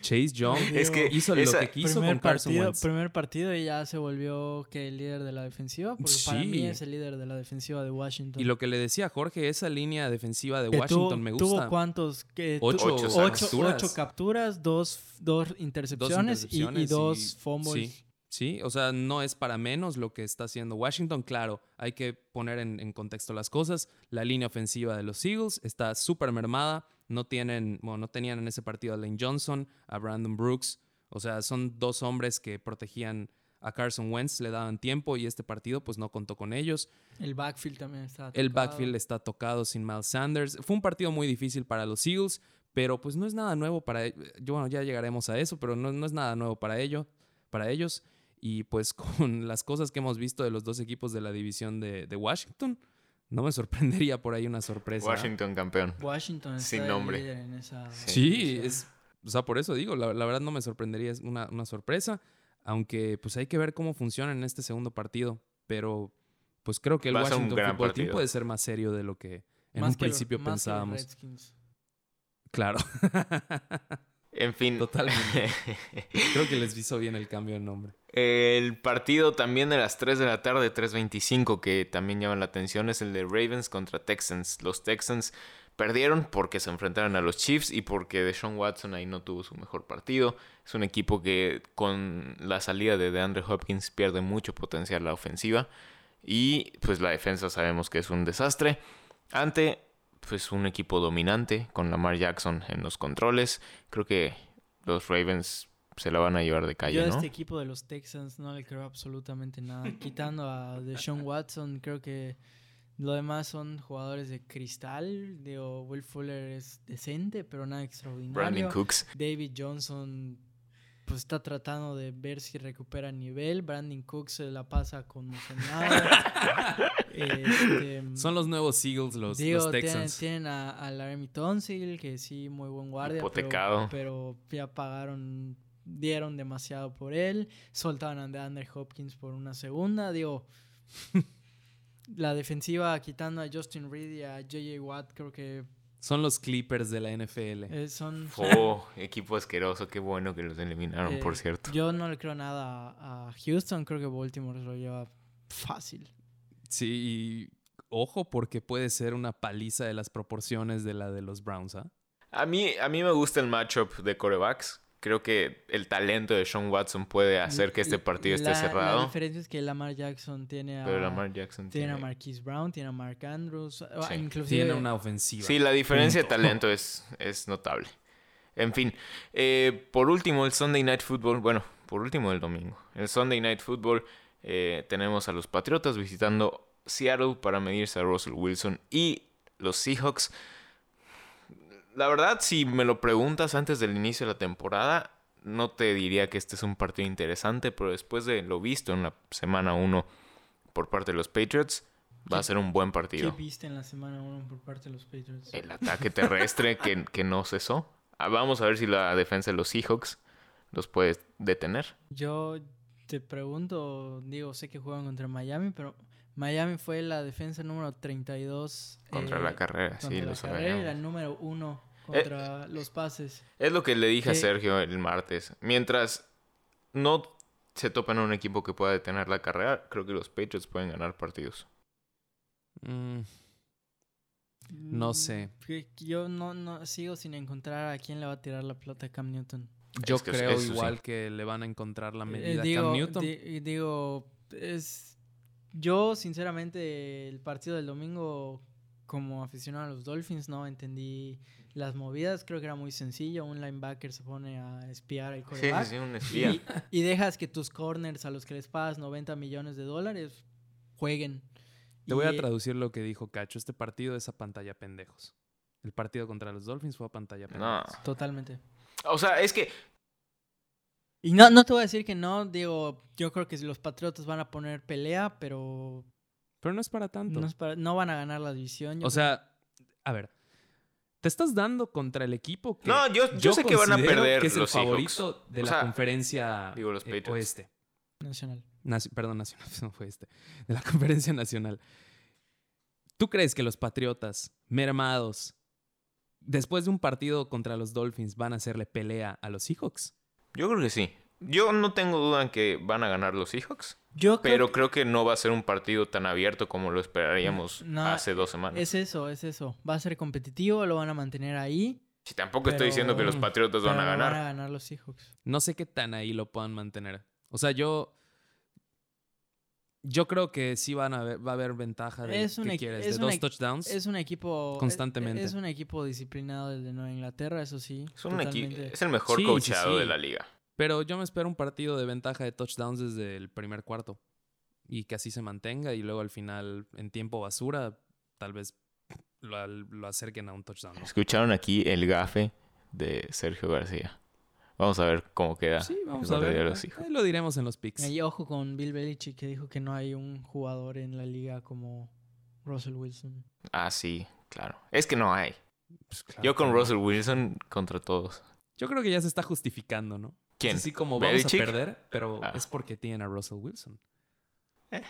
Speaker 1: Chase Young
Speaker 4: Es que
Speaker 1: hizo
Speaker 3: esa-
Speaker 1: lo que quiso con
Speaker 4: primer
Speaker 1: Carson
Speaker 4: partido,
Speaker 1: Wentz.
Speaker 4: primer partido y ya se volvió que el líder de la defensiva, porque para
Speaker 1: Sí.
Speaker 4: mí es el líder de la defensiva de Washington.
Speaker 1: Y lo que le decía a Jorge, esa línea defensiva de
Speaker 4: Que
Speaker 1: Washington
Speaker 4: tuvo-
Speaker 1: me gusta.
Speaker 4: ¿Tuvo cuántos? Que tu-
Speaker 1: Ocho,
Speaker 3: Ocho
Speaker 4: ocho-
Speaker 3: sacks.
Speaker 1: capturas.
Speaker 4: ocho capturas, dos, dos intercepciones, y- y,
Speaker 1: intercepciones
Speaker 4: dos
Speaker 1: y-
Speaker 4: fumbles.
Speaker 1: sí. Sí, o sea, no es para menos lo que está haciendo Washington. Claro, hay que poner en, en contexto las cosas. La línea ofensiva de los Eagles está súper mermada. No tienen, bueno, no tenían en ese partido a Lane Johnson, a Brandon Brooks. O sea, son dos hombres que protegían a Carson Wentz, le daban tiempo y este partido pues no contó con ellos.
Speaker 4: El backfield también está.
Speaker 1: El
Speaker 4: tocado.
Speaker 1: backfield está tocado sin Miles Sanders. Fue un partido muy difícil para los Eagles, pero pues no es nada nuevo para ellos. Bueno, ya llegaremos a eso, pero no, no es nada nuevo para, ello, para ellos. Y pues [laughs] con las cosas que hemos visto de los dos equipos de la división de, de Washington, no me sorprendería por ahí una sorpresa.
Speaker 3: Washington campeón.
Speaker 4: Washington está
Speaker 3: Sin
Speaker 4: de
Speaker 3: nombre.
Speaker 4: líder en esa.
Speaker 1: Sí,
Speaker 4: división.
Speaker 1: es, o sea, por eso digo, la, la verdad no me sorprendería es una, una sorpresa, aunque pues hay que ver cómo funciona en este segundo partido, pero pues creo que el
Speaker 3: Va a ser un
Speaker 1: Washington
Speaker 3: gran
Speaker 1: Football Team
Speaker 3: partido.
Speaker 1: puede ser más serio de lo que en
Speaker 4: Más
Speaker 1: un
Speaker 4: que los-
Speaker 1: principio
Speaker 4: más que los
Speaker 1: pensábamos.
Speaker 4: Redskins.
Speaker 1: [laughs]
Speaker 3: [laughs]
Speaker 1: Claro,
Speaker 3: En fin. [laughs]
Speaker 1: Totalmente. creo que les hizo bien el cambio de nombre.
Speaker 3: El partido también de las 3 de la tarde, 3.25, que también llama la atención, es el de Ravens contra Texans. Los Texans perdieron porque se enfrentaron a los Chiefs y porque Deshaun Watson ahí no tuvo su mejor partido. Es un equipo que con la salida de DeAndre Hopkins pierde mucho potencial la ofensiva. Y pues la defensa sabemos que es un desastre. Ante pues un equipo dominante con Lamar Jackson en los controles. Creo que los Ravens se la van a llevar de calle,
Speaker 4: Yo a
Speaker 3: ¿no?
Speaker 4: este equipo de los Texans no le creo
Speaker 1: [laughs]
Speaker 4: absolutamente nada. Quitando a Deshaun Watson, creo que lo demás son jugadores de cristal. Digo, Will Fuller es decente, pero nada extraordinario.
Speaker 3: Brandon [laughs] Cooks.
Speaker 4: David Johnson pues está tratando de ver si recupera nivel. Brandon Cook se la pasa conmocionado. Este,
Speaker 1: Son los nuevos Eagles, los,
Speaker 4: digo,
Speaker 1: los
Speaker 4: tienen-
Speaker 1: Texans.
Speaker 4: Tienen, a, a Laramie Tonsil, que sí, muy buen guardia. pero-
Speaker 3: Hipotecado.
Speaker 4: Pero, ya pagaron, dieron demasiado por él. Soltaron a Andre Hopkins por una segunda. Digo, [laughs] la defensiva quitando a Justin Reed y a J.J. Watt, creo que
Speaker 1: Son los Clippers de la NFL.
Speaker 4: eh, son...
Speaker 3: Oh, equipo asqueroso, qué bueno que los eliminaron,
Speaker 4: Eh,
Speaker 3: por cierto.
Speaker 4: Yo no le creo nada a, a Houston, creo que Baltimore se lo lleva fácil.
Speaker 1: Sí, y ojo porque puede ser una paliza de las proporciones de la de los Browns, ¿ah?
Speaker 3: A mí, a mí me gusta el matchup de corebacks. Creo que el talento de Sean Watson puede hacer que este partido esté
Speaker 4: La- La
Speaker 3: cerrado.
Speaker 4: diferencia es que Lamar Jackson tiene a,
Speaker 3: Pero Lamar Jackson
Speaker 4: tiene a
Speaker 3: tiene-
Speaker 4: Marquise Brown, tiene a Mark Andrews, o-
Speaker 3: Sí.
Speaker 4: inclusive
Speaker 1: Tiene una ofensiva.
Speaker 3: Sí, la diferencia de talento es, es notable. En fin, eh, por último el Sunday Night Football, bueno, por último el domingo. El Sunday Night Football eh, tenemos a los Patriotas visitando Seattle para medirse a Russell Wilson y los Seahawks. La verdad, si me lo preguntas antes del inicio de la temporada, no te diría que este es un partido interesante, pero después de lo visto en la semana 1 por parte de los Patriots, va a ser un buen
Speaker 4: ¿Qué
Speaker 3: partido
Speaker 4: viste en la semana 1 por parte de los Patriots?
Speaker 3: el ataque terrestre que, que no cesó. Ah, Vamos a ver si la defensa de los Seahawks los puede detener.
Speaker 4: Yo te pregunto, digo, sé que juegan contra Miami, pero Miami fue la defensa número 32
Speaker 3: Contra
Speaker 4: eh,
Speaker 3: la carrera, sí, Eh,
Speaker 4: contra
Speaker 3: lo
Speaker 4: la carrera y la
Speaker 3: sabemos.
Speaker 4: número 1 contra los pases.
Speaker 3: Es lo que le dije a
Speaker 4: Sí.
Speaker 3: Sergio el martes. Mientras no se topan a un equipo que pueda detener la carrera, creo que los Patriots pueden ganar partidos.
Speaker 1: Mm, no sé.
Speaker 4: Mm, Que- que Yo no, no sigo sin encontrar a quién le va a tirar la pelota a Cam Newton.
Speaker 1: Yo
Speaker 3: Es que
Speaker 1: creo
Speaker 3: eso sí.
Speaker 1: igual que le van a encontrar la
Speaker 4: Eh,
Speaker 1: medida a
Speaker 4: digo,
Speaker 1: Cam Newton.
Speaker 4: di- digo, es. Yo, sinceramente, el partido del domingo, como aficionado a los Dolphins, no entendí las movidas. Creo que era muy sencillo. Un linebacker se pone a espiar al
Speaker 3: Sí,
Speaker 4: quarterback.
Speaker 3: sí, un espía.
Speaker 4: Y, y dejas que tus corners a los que les pagas 90 millones de dólares jueguen.
Speaker 1: Te voy a
Speaker 4: Y-
Speaker 1: traducir lo que dijo Cacho. Este partido es a pantalla pendejos. El partido contra los Dolphins fue a pantalla
Speaker 3: No.
Speaker 1: pendejos.
Speaker 4: Totalmente.
Speaker 3: O sea, es que
Speaker 4: Y no, no te voy a decir que no, digo, yo creo que si los Patriotas van a poner pelea, pero
Speaker 1: Pero no es para tanto.
Speaker 4: no, es para- no van a ganar la división. yo
Speaker 1: o sea, a ver. Te estás dando contra el equipo que
Speaker 3: No, yo- yo sé que van a
Speaker 1: considero
Speaker 3: perder
Speaker 1: que es
Speaker 3: los
Speaker 1: el
Speaker 3: Seahawks.
Speaker 1: favorito de
Speaker 3: O
Speaker 1: la
Speaker 3: sea,
Speaker 1: conferencia
Speaker 3: digo, los
Speaker 1: eh,
Speaker 3: Patriots.
Speaker 1: oeste.
Speaker 4: creo, Nacional.
Speaker 1: Naci- perdón, nacional, [laughs] no fue este. De la [laughs] conferencia nacional. ¿Tú crees que los Patriotas, mermados, después de un partido contra los Dolphins, van a hacerle pelea a los Seahawks?
Speaker 3: yo creo que sí. Yo no tengo duda en que van a ganar los Seahawks,
Speaker 4: Yo creo
Speaker 3: pero creo que no va a ser un partido tan abierto como lo esperaríamos
Speaker 4: No,
Speaker 3: hace dos semanas.
Speaker 4: que es eso, es eso. Va a ser competitivo, lo van a mantener ahí.
Speaker 3: Si tampoco estoy
Speaker 4: pero-
Speaker 3: diciendo que los Patriotas van a
Speaker 4: pero
Speaker 3: ganar.
Speaker 4: Van a ganar los Seahawks.
Speaker 1: No sé qué tan ahí lo puedan mantener. O sea, yo. Yo creo que sí van a haber- va a haber ventaja de,
Speaker 4: Es un
Speaker 1: ¿qué
Speaker 4: equi-
Speaker 1: quieres?
Speaker 4: es
Speaker 1: de
Speaker 4: un
Speaker 1: dos
Speaker 4: equi-
Speaker 1: touchdowns.
Speaker 4: Es un equipo... es-
Speaker 1: Constantemente.
Speaker 4: Es, un equipo disciplinado desde Nueva Inglaterra, eso sí.
Speaker 3: Es, un equi-
Speaker 4: totalmente.
Speaker 3: es el mejor
Speaker 1: Sí, sí,
Speaker 3: coachado
Speaker 1: sí.
Speaker 3: de la liga.
Speaker 1: Pero yo me espero un partido de ventaja de touchdowns desde el primer cuarto. Y que así se mantenga. Y luego al final, en tiempo basura, tal vez lo, lo acerquen a un touchdown. ¿no?
Speaker 3: Escucharon aquí el gafe de Sergio García. Vamos a ver cómo queda.
Speaker 1: Sí, vamos
Speaker 3: el
Speaker 1: a
Speaker 3: otro día
Speaker 1: ver.
Speaker 3: los Seahawks.
Speaker 1: Ahí lo diremos en los picks.
Speaker 4: Y ojo con Bill Belichick que dijo que no hay un jugador en la liga como Russell Wilson.
Speaker 3: Ah, sí, claro. Es que no hay.
Speaker 1: Pues claro
Speaker 3: Yo con
Speaker 1: que no.
Speaker 3: Russell Wilson contra todos.
Speaker 1: Yo creo que ya se está justificando, ¿no?
Speaker 3: ¿Quién?
Speaker 1: Así como vamos
Speaker 3: ¿Belichick?
Speaker 1: a perder, pero
Speaker 3: Ah.
Speaker 1: es porque tienen a Russell Wilson.
Speaker 3: Eh.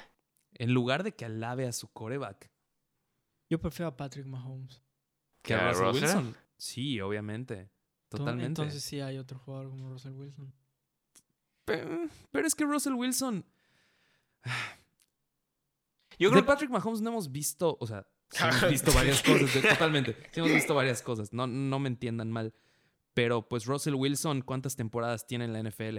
Speaker 1: En lugar de que alabe a su coreback,
Speaker 4: Yo prefiero a Patrick Mahomes.
Speaker 1: que a
Speaker 3: ¿Que a
Speaker 1: Russell
Speaker 3: Russell?
Speaker 1: Wilson. Sí, obviamente.
Speaker 4: Enton-
Speaker 1: Totalmente.
Speaker 4: Entonces sí hay otro jugador como Russell Wilson.
Speaker 1: Pe- Pero es que Russell Wilson. [sighs]
Speaker 3: Yo
Speaker 1: de
Speaker 3: creo
Speaker 1: Patrick Mahomes no hemos visto. O sea, sí
Speaker 3: [laughs]
Speaker 1: hemos visto varias cosas. de- totalmente. Sí hemos visto varias cosas. No, no me entiendan mal. Pero pues Russell Wilson, ¿cuántas temporadas tiene en la NFL?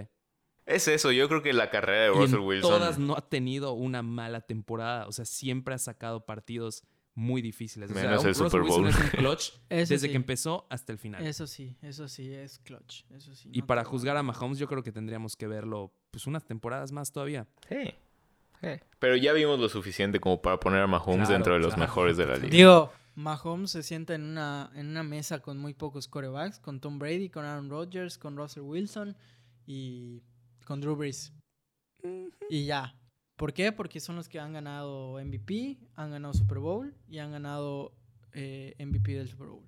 Speaker 3: Es eso, yo creo que la carrera de
Speaker 1: Y en
Speaker 3: Russell Wilson.
Speaker 1: Todas no ha tenido una mala temporada. O sea, siempre ha sacado partidos muy difíciles. O sea,
Speaker 3: Menos el
Speaker 1: Russell
Speaker 3: Super
Speaker 1: Wilson
Speaker 3: Bowl.
Speaker 1: es un
Speaker 3: [laughs]
Speaker 1: clutch
Speaker 4: Eso
Speaker 1: desde
Speaker 4: sí.
Speaker 1: que empezó hasta el final.
Speaker 4: Eso sí, eso sí, es clutch. Eso sí.
Speaker 1: y
Speaker 4: no
Speaker 1: para
Speaker 4: te-
Speaker 1: juzgar a Mahomes, yo creo que tendríamos que verlo pues unas temporadas más todavía.
Speaker 3: Sí. Sí. Pero ya vimos lo suficiente como para poner a Mahomes
Speaker 1: Claro,
Speaker 3: dentro de los
Speaker 1: claro. [laughs]
Speaker 3: mejores de la liga.
Speaker 4: Digo, Mahomes se sienta en una, en una mesa con muy pocos corebacks, con Tom Brady, con Aaron Rodgers, con Russell Wilson y con Drew Brees. Y ya. ¿Por qué? Porque son los que han ganado MVP, han ganado Super Bowl y han ganado eh, MVP del Super Bowl.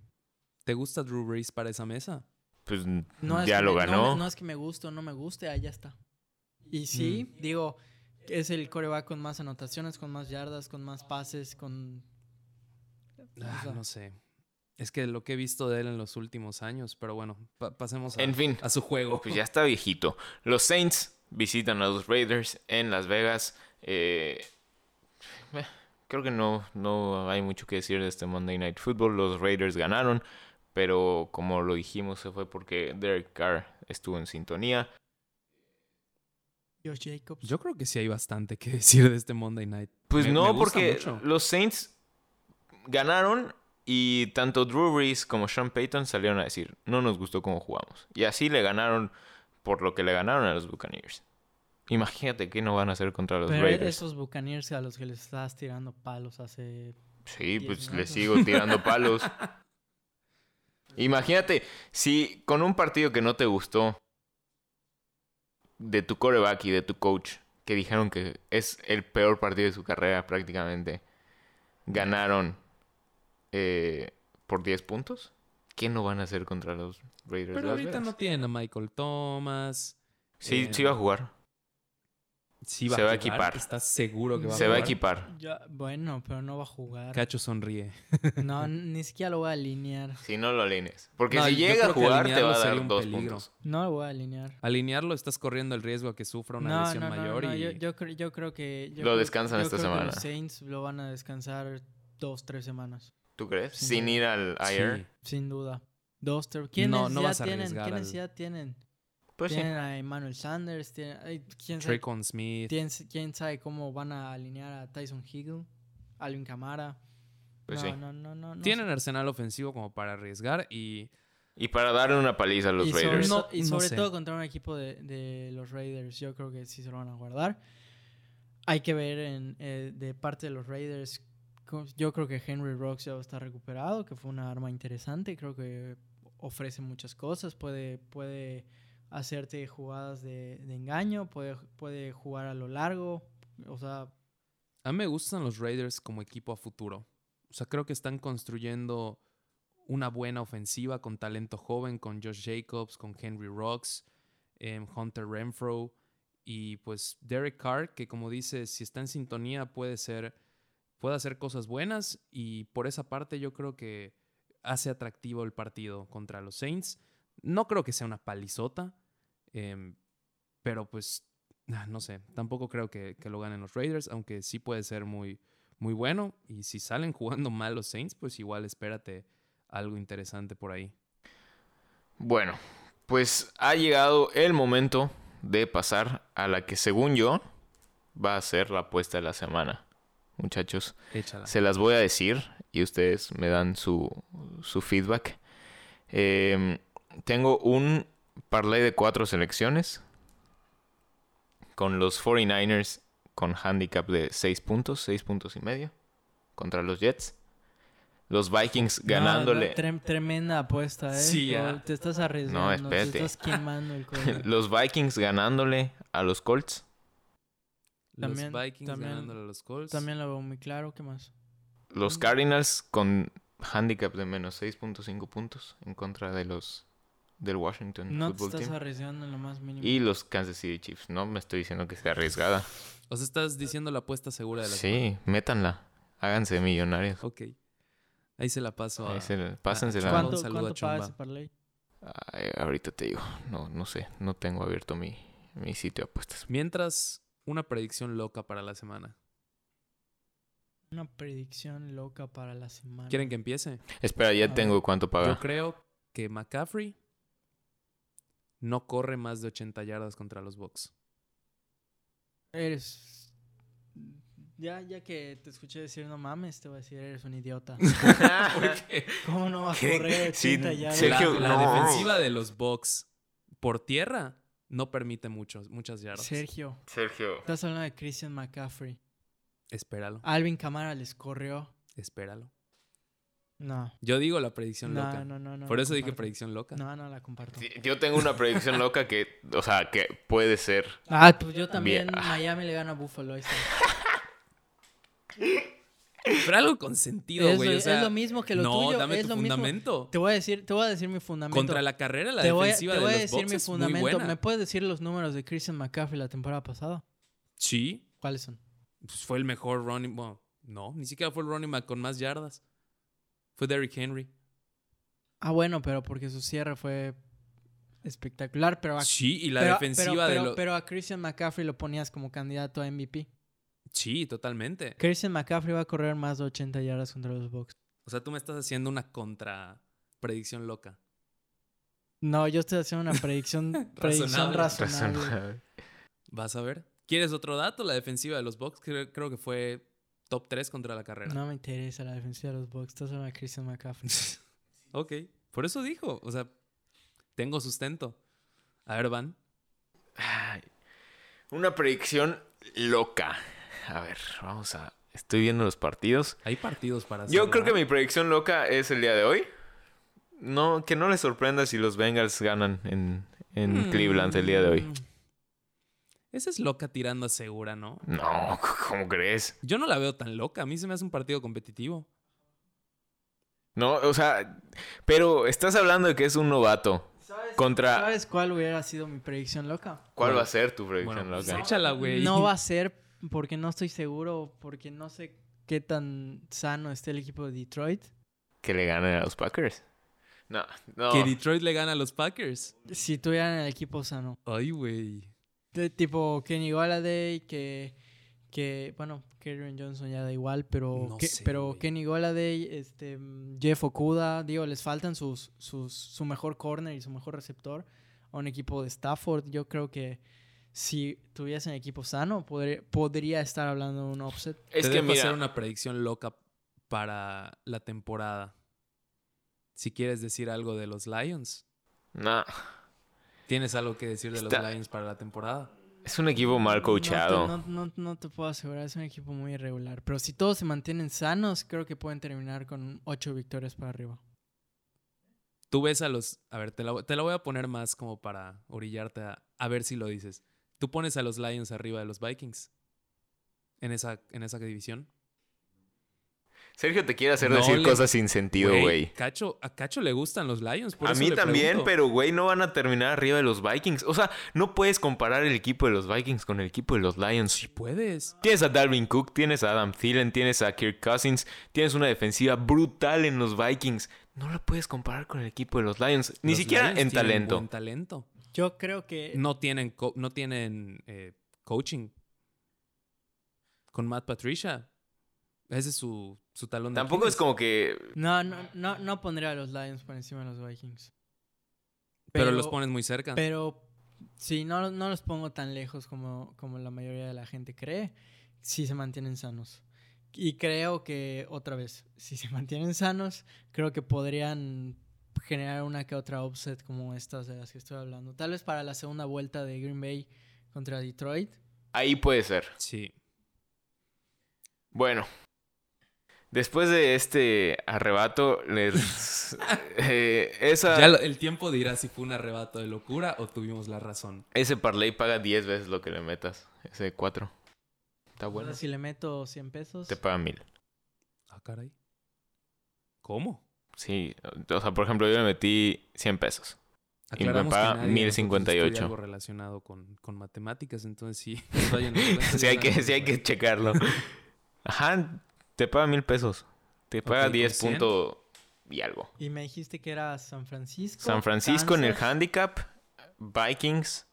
Speaker 1: ¿Te gusta Drew Brees para esa mesa?
Speaker 3: Pues
Speaker 4: No es
Speaker 3: ya
Speaker 4: que
Speaker 3: lo
Speaker 4: me- no
Speaker 3: ganó.
Speaker 4: me- No, es que me guste o no me guste, allá está. Y sí,
Speaker 3: Mm.
Speaker 4: digo, es el coreback con más anotaciones, con más yardas, con más pases, con...
Speaker 1: Ah,
Speaker 4: O sea,
Speaker 1: no sé. Es que lo que he visto de él en los últimos años, pero bueno, pa- pasemos a,
Speaker 3: En fin.
Speaker 1: a su juego.
Speaker 3: Pues ya está viejito. Los Saints visitan a los Raiders en Las Vegas. Eh, eh, creo que no, no hay mucho que decir de este Monday Night Football. Los Raiders ganaron, pero como lo dijimos, se fue porque Derek Carr estuvo en sintonía.
Speaker 4: Josh
Speaker 1: [laughs]
Speaker 4: Jacobs.
Speaker 1: Yo creo que sí hay bastante que [laughs] decir de este Monday Night.
Speaker 3: Pues
Speaker 1: Me-
Speaker 3: no,
Speaker 1: me gusta
Speaker 3: porque
Speaker 1: mucho.
Speaker 3: los Saints ganaron y tanto Drew Brees como Sean Payton salieron a decir, no nos gustó cómo jugamos. Y así le ganaron por lo que le ganaron a los Buccaneers. Imagínate qué no van a hacer contra los
Speaker 4: Pero
Speaker 3: Raiders.
Speaker 4: esos bucaneers a los que les estás tirando palos hace...
Speaker 3: Sí,
Speaker 4: Diez
Speaker 3: pues le
Speaker 4: minutos.
Speaker 3: sigo
Speaker 1: [laughs]
Speaker 3: tirando palos. Imagínate, si con un partido que no te gustó de tu coreback y de tu coach, que dijeron que es el peor partido de su carrera prácticamente, ganaron eh, por 10 puntos, ¿qué no van a hacer contra los Raiders?
Speaker 1: Pero
Speaker 3: de Las
Speaker 1: ahorita
Speaker 3: Vegas?
Speaker 1: no tienen a Michael Thomas.
Speaker 3: Sí,
Speaker 1: eh,
Speaker 3: sí va a jugar.
Speaker 1: Sí va
Speaker 3: Se
Speaker 1: a,
Speaker 3: va a
Speaker 1: jugar.
Speaker 3: equipar.
Speaker 1: ¿Estás seguro que va
Speaker 3: Se
Speaker 1: a
Speaker 3: va a
Speaker 1: jugar?
Speaker 3: equipar.
Speaker 4: Ya, bueno, pero no va a jugar.
Speaker 1: Cacho sonríe.
Speaker 4: No, ni siquiera lo voy a alinear.
Speaker 3: Si no lo alineas. Porque
Speaker 1: No,
Speaker 3: si
Speaker 1: yo
Speaker 3: llega a
Speaker 1: creo que
Speaker 3: jugar, te
Speaker 1: alinearlo
Speaker 3: va a
Speaker 1: sería
Speaker 3: dar
Speaker 1: un
Speaker 3: dos
Speaker 1: peligro.
Speaker 3: puntos.
Speaker 4: No lo voy a alinear.
Speaker 1: Alinearlo estás corriendo el riesgo a que sufra una
Speaker 4: no,
Speaker 1: lesión
Speaker 4: no, no,
Speaker 1: mayor
Speaker 4: no,
Speaker 1: y
Speaker 4: yo, yo cre- yo creo que... yo
Speaker 3: Lo
Speaker 4: creo-
Speaker 3: descansan
Speaker 4: yo
Speaker 3: esta
Speaker 4: creo que
Speaker 3: semana.
Speaker 4: los Saints lo van a descansar dos, tres semanas.
Speaker 3: ¿Tú crees?
Speaker 4: Sí.
Speaker 3: Sin ir al
Speaker 1: Sí.
Speaker 3: IR.
Speaker 4: Sin duda. Dos, tres. ¿Quiénes
Speaker 1: No, no
Speaker 4: ya
Speaker 1: vas a
Speaker 4: tienen?
Speaker 1: arriesgar
Speaker 4: ¿Quiénes
Speaker 1: al-
Speaker 4: ya tienen?
Speaker 3: Pues sí.
Speaker 4: tienen a Emmanuel Sanders, tienen... ay, ¿quién, sabe,
Speaker 1: Trayvon Smith.
Speaker 4: quién s- quién sabe cómo van a alinear a Tyson Hill, Alvin Kamara?
Speaker 3: Pues
Speaker 4: no,
Speaker 3: sí.
Speaker 4: no, no, no, no
Speaker 1: Tienen
Speaker 4: sé.
Speaker 1: arsenal ofensivo como para arriesgar y
Speaker 3: Y para darle una paliza a los
Speaker 4: y sobre,
Speaker 3: Raiders.
Speaker 1: no-
Speaker 4: to- y
Speaker 1: no
Speaker 4: sobre
Speaker 1: sé.
Speaker 4: todo contra un equipo de, de los Raiders, yo creo que sí se lo van a guardar. Hay que ver en, eh, de parte de los Raiders. co- Yo creo que Henry Rocks ya está recuperado, que fue una arma interesante. Creo que ofrece muchas cosas. Puede, puede hacerte jugadas de, de engaño, puede, puede jugar a lo largo. O sea,
Speaker 1: A mí me gustan los Raiders como equipo a futuro. O sea, creo que están construyendo una buena ofensiva con talento joven, con Josh Jacobs, con Henry Rocks, em, Hunter Renfro y pues Derek Carr, que como dices, si está en sintonía puede ser, puede hacer cosas buenas y por esa parte yo creo que hace atractivo el partido contra los Saints. No creo que sea una palizota, em, pero pues Ah, No sé, tampoco creo que, que lo ganen los Raiders, aunque sí puede ser muy, muy bueno. Y si salen [laughs] jugando mal los Saints, pues igual espérate algo interesante por ahí.
Speaker 3: Bueno, pues ha llegado el momento de pasar a la que según yo va a ser la apuesta de la semana. Muchachos,
Speaker 1: Échala.
Speaker 3: se las voy a decir y ustedes me dan su, su feedback. Eh, tengo un parlay de cuatro selecciones con los 49ers con handicap de 6 puntos, 6 puntos y medio contra los Jets. Los Vikings
Speaker 4: no, no,
Speaker 3: ganándole.
Speaker 4: trem- tremenda apuesta, ¿eh?
Speaker 1: Sí,
Speaker 4: O-
Speaker 1: ah.
Speaker 4: Te estás arriesgando, te
Speaker 3: espérate.
Speaker 4: estás
Speaker 3: [laughs]
Speaker 4: quemando el [laughs] corazón.
Speaker 3: Los Vikings ganándole a los Colts.
Speaker 4: también-
Speaker 1: los Vikings
Speaker 4: también-
Speaker 1: ganándole a los Colts.
Speaker 4: También lo veo muy claro, ¿qué más?
Speaker 3: Los Cardinals con handicap de menos 6.5 puntos en contra de los del Washington
Speaker 4: No te
Speaker 3: Football
Speaker 4: estás
Speaker 3: Team.
Speaker 4: arriesgando en lo más mínimo.
Speaker 3: Y los Kansas City Chiefs. No me estoy diciendo que sea arriesgada.
Speaker 1: O sea, estás diciendo la apuesta segura de la semana.
Speaker 3: Sí, métanla. Háganse millonarios.
Speaker 1: Ok. Ahí se la paso a.
Speaker 3: Ahí
Speaker 4: ah,
Speaker 3: se la- Pásensela.
Speaker 1: Chumba.
Speaker 4: ¿Cuánto,
Speaker 1: Un saludo
Speaker 4: cuánto
Speaker 1: a
Speaker 4: paga
Speaker 1: Chumba.
Speaker 4: ese parlay?
Speaker 3: Ay, ahorita te digo. No, no sé. No tengo abierto mi, mi sitio de apuestas.
Speaker 1: Mientras, una predicción loca para la semana.
Speaker 4: Una predicción loca para la semana.
Speaker 1: ¿Quieren que empiece?
Speaker 3: Espera,
Speaker 4: A
Speaker 3: ya
Speaker 4: ver.
Speaker 3: tengo cuánto paga.
Speaker 1: Yo creo que McCaffrey no corre más de 80 yardas contra los Bucks.
Speaker 4: Eres... Ya, ya que te escuché decir no mames, te voy a decir eres
Speaker 1: [laughs]
Speaker 4: un idiota. ¿Cómo no vas a
Speaker 3: ¿Qué?
Speaker 4: correr
Speaker 3: Sí,
Speaker 4: 80 yardas?
Speaker 1: La,
Speaker 3: Sergio,
Speaker 1: la
Speaker 3: no.
Speaker 1: defensiva de los Bucks por tierra no permite muchos, muchas yardas.
Speaker 4: Sergio,
Speaker 3: Sergio.
Speaker 4: estás hablando de Christian McCaffrey.
Speaker 1: Espéralo,
Speaker 4: Alvin Kamara les corrió.
Speaker 1: espéralo.
Speaker 4: No.
Speaker 1: Yo digo la predicción
Speaker 4: No,
Speaker 1: loca.
Speaker 4: no, no, no.
Speaker 1: por
Speaker 4: la
Speaker 1: eso dije
Speaker 4: comparto.
Speaker 1: predicción loca.
Speaker 4: No, no la comparto.
Speaker 3: Yo tengo una predicción loca que, o sea, que puede ser.
Speaker 4: Ah, pues yo también.
Speaker 3: Bien.
Speaker 4: Miami le gana a Buffalo. ahí está.
Speaker 1: Pero algo con sentido,
Speaker 4: es,
Speaker 1: güey.
Speaker 4: lo,
Speaker 1: o sea,
Speaker 4: es lo mismo que lo
Speaker 1: no,
Speaker 4: tuyo.
Speaker 1: dame
Speaker 4: es
Speaker 1: tu
Speaker 4: lo mismo.
Speaker 1: fundamento.
Speaker 4: Te voy a decir, te voy a decir mi fundamento.
Speaker 1: Contra la carrera, la
Speaker 4: te voy, a-
Speaker 1: defensiva
Speaker 4: te voy
Speaker 1: de los
Speaker 4: a decir
Speaker 1: Bucks
Speaker 4: mi
Speaker 1: es muy
Speaker 4: fundamento.
Speaker 1: buena.
Speaker 4: ¿Me puedes decir los números de Christian McCaffrey la temporada pasada?
Speaker 1: Sí,
Speaker 4: ¿Cuáles son?
Speaker 1: pues fue el mejor running... Bueno, no, ni siquiera fue el running back con más yardas. Fue Derrick Henry.
Speaker 4: Ah, bueno, pero porque su cierre fue espectacular, pero a,
Speaker 1: Sí, y la
Speaker 4: Ah, pero-
Speaker 1: defensiva
Speaker 4: pero- pero-
Speaker 1: de los...
Speaker 4: pero a Christian McCaffrey lo ponías como candidato a MVP.
Speaker 1: Sí, totalmente.
Speaker 4: Christian McCaffrey va a correr más de 80 yardas contra los Bucks.
Speaker 1: O sea, tú me estás haciendo una contra predicción loca.
Speaker 4: No, yo estoy haciendo
Speaker 1: [laughs]
Speaker 4: una predicción, predicción razonable.
Speaker 1: Vas a ver. ¿Quieres otro dato? La defensiva de los Bucks creo, creo que fue top 3 contra la carrera.
Speaker 4: No me interesa la defensiva de los Bucks. Estás hablando de Christian McCaffrey.
Speaker 1: [laughs] ok. Por eso dijo. O sea, tengo sustento. A ver, Van.
Speaker 3: Ay, Una predicción loca. A ver, vamos a. Estoy viendo los partidos.
Speaker 1: Hay partidos para hacer,
Speaker 3: Yo creo que
Speaker 1: ¿verdad?
Speaker 3: mi predicción loca es el día de hoy. No, que no les sorprenda si los Bengals ganan en, en
Speaker 1: Mm.
Speaker 3: Cleveland el día de hoy.
Speaker 1: Esa es loca tirando a segura, ¿no?
Speaker 3: No, ¿cómo crees?
Speaker 1: Yo no la veo tan loca. A mí se me hace un partido competitivo.
Speaker 3: No, o sea, pero estás hablando de que es un novato. Contra.
Speaker 4: ¿Sabes cuál hubiera sido mi predicción loca?
Speaker 3: ¿Cuál va a ser tu predicción
Speaker 1: Bueno, pues
Speaker 3: loca?
Speaker 1: échala, güey.
Speaker 4: No va a ser porque no estoy seguro, porque no sé qué tan sano esté el equipo de Detroit.
Speaker 3: Que le ganen a los Packers. No, no.
Speaker 1: Que Detroit le gana a los Packers.
Speaker 4: Si tuvieran el equipo sano.
Speaker 1: Ay, güey.
Speaker 4: De tipo Kenny Golladay, que, que bueno, Kieran Johnson ya da igual, pero,
Speaker 1: No
Speaker 4: que-
Speaker 1: sé,
Speaker 4: pero
Speaker 1: güey.
Speaker 4: Kenny Golladay, este, mm, Jeff Okuda, digo, les faltan sus, sus, su mejor corner y su mejor receptor a un equipo de Stafford. Yo creo que si tuviesen equipo sano, podría, podría estar hablando de un offset.
Speaker 3: Es
Speaker 1: Te
Speaker 3: que
Speaker 1: dejo
Speaker 3: mira,
Speaker 1: hacer una predicción loca para la temporada. Si quieres decir algo de los Lions.
Speaker 3: nah,
Speaker 1: ¿Tienes algo que decir de los
Speaker 3: Está-
Speaker 1: Lions para la temporada?
Speaker 3: es un equipo mal coachado.
Speaker 4: No, te- no- no- no te puedo asegurar, es un equipo muy irregular. Pero si todos se mantienen sanos, creo que pueden terminar con ocho victorias para arriba.
Speaker 1: Tú ves a los... A ver, te la, te la voy a poner más como para orillarte a, a ver si lo dices. ¿Tú pones a los Lions arriba de los Vikings? ¿En esa, en esa división?
Speaker 3: Sergio te quiere hacer
Speaker 1: No
Speaker 3: decir
Speaker 1: le-
Speaker 3: cosas sin sentido, güey.
Speaker 1: Cacho, a Cacho le gustan los Lions. por
Speaker 3: A
Speaker 1: eso
Speaker 3: mí
Speaker 1: le
Speaker 3: también,
Speaker 1: pregunto.
Speaker 3: pero güey, no van a terminar arriba de los Vikings. O sea, no puedes comparar el equipo de los Vikings con el equipo de los Lions.
Speaker 1: Si puedes.
Speaker 3: Tienes a Dalvin Cook, tienes a Adam Thielen, tienes a Kirk Cousins, tienes una defensiva brutal en los Vikings. No la puedes comparar con el equipo de los Lions, ni
Speaker 1: Los
Speaker 3: siquiera
Speaker 1: Lions
Speaker 3: en
Speaker 1: tienen
Speaker 3: talento.
Speaker 1: buen talento.
Speaker 4: Yo creo que
Speaker 1: No tienen, co- no tienen eh, coaching con Matt Patricia. Ese es su, su talón de
Speaker 3: Tampoco es
Speaker 1: Aquiles.
Speaker 3: como que
Speaker 4: No, no, no, no pondría a los Lions por encima de los Vikings.
Speaker 1: Pero, los pones muy cerca.
Speaker 4: Pero sí, no, no los pongo tan lejos como, como la mayoría de la gente cree. Si se mantienen sanos. Y creo que, otra vez, si se [laughs] mantienen sanos, creo que podrían generar una que otra offset como estas de las que estoy hablando. Tal vez para la segunda vuelta de Green Bay contra Detroit.
Speaker 3: ahí puede ser.
Speaker 1: Sí.
Speaker 3: Bueno, después de este arrebato, les, [laughs] eh, esa-
Speaker 1: Ya lo- el tiempo dirá si fue un arrebato de locura o tuvimos la razón.
Speaker 3: ese parlay paga 10 veces lo que le metas. Ese 4. Está
Speaker 4: Bueno.
Speaker 3: Ah, bueno.
Speaker 4: si le meto 100 pesos.
Speaker 3: Te paga 1000.
Speaker 1: Ah, caray. ¿Cómo?
Speaker 3: Sí, o sea, por ejemplo, yo le metí 100 pesos. Y me
Speaker 1: Aclaramos que
Speaker 3: paga
Speaker 1: nadie de nosotros
Speaker 3: 1058.
Speaker 1: estudia algo relacionado con, con matemáticas, entonces [laughs] sí. nos vayan a clase,
Speaker 3: [laughs] Sí hay
Speaker 1: ya
Speaker 3: que,
Speaker 1: verán,
Speaker 3: sí hay
Speaker 1: güey. [laughs]
Speaker 3: que checarlo. Ajá, te paga 1000 pesos. Te paga
Speaker 1: Ok, ¿con
Speaker 3: 10
Speaker 1: 100?
Speaker 3: punto y algo.
Speaker 4: Y me dijiste que era San Francisco.
Speaker 3: San Francisco en el
Speaker 4: Kansas.
Speaker 3: handicap, Vikings,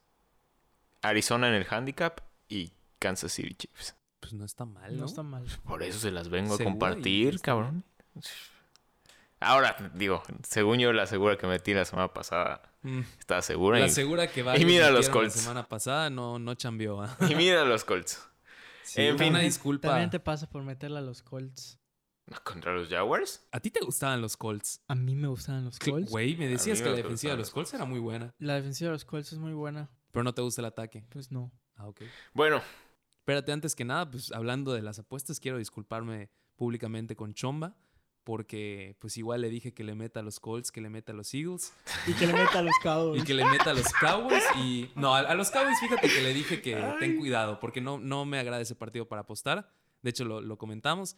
Speaker 3: Arizona en el handicap y Kansas City Chiefs.
Speaker 1: Pues no está mal, ¿no?
Speaker 4: No está mal.
Speaker 3: Por eso se las vengo a
Speaker 1: Segura y
Speaker 3: compartir,
Speaker 1: está
Speaker 3: cabrón. Ahora, digo, según yo la segura que metí la semana pasada,
Speaker 1: Mm.
Speaker 3: estaba segura.
Speaker 1: La
Speaker 3: Y,
Speaker 1: segura que va
Speaker 3: y mira los Colts.
Speaker 1: La semana pasada no, no chambeó. ¿ah?
Speaker 3: y mira los Colts.
Speaker 1: Sí,
Speaker 3: En fin.
Speaker 1: Una disculpa.
Speaker 4: También te pasa por meterla a los Colts.
Speaker 3: Contra los Jaguars.
Speaker 1: ¿A ti te gustaban los Colts?
Speaker 4: A mí me gustaban los Colts.
Speaker 1: Güey, me decías
Speaker 3: mí
Speaker 1: que
Speaker 3: me
Speaker 1: la defensiva
Speaker 3: gustaban
Speaker 1: de los
Speaker 3: los
Speaker 1: Colts era muy buena.
Speaker 4: La defensiva de los Colts es muy buena.
Speaker 1: Pero no te gusta el ataque.
Speaker 4: Pues no.
Speaker 1: Ah, ok.
Speaker 3: Bueno,
Speaker 1: Espérate, antes que nada, pues hablando de las apuestas, quiero disculparme públicamente con Chomba. Porque, pues igual le dije que le meta a los Colts, que le meta a los Eagles
Speaker 4: Y que le meta a los
Speaker 1: [laughs]
Speaker 4: Cowboys.
Speaker 1: y que le meta a los Cowboys. Y no, a, a los Cowboys, fíjate que le dije que ten cuidado, porque no, no me agrada ese partido para apostar. De hecho, lo, lo comentamos.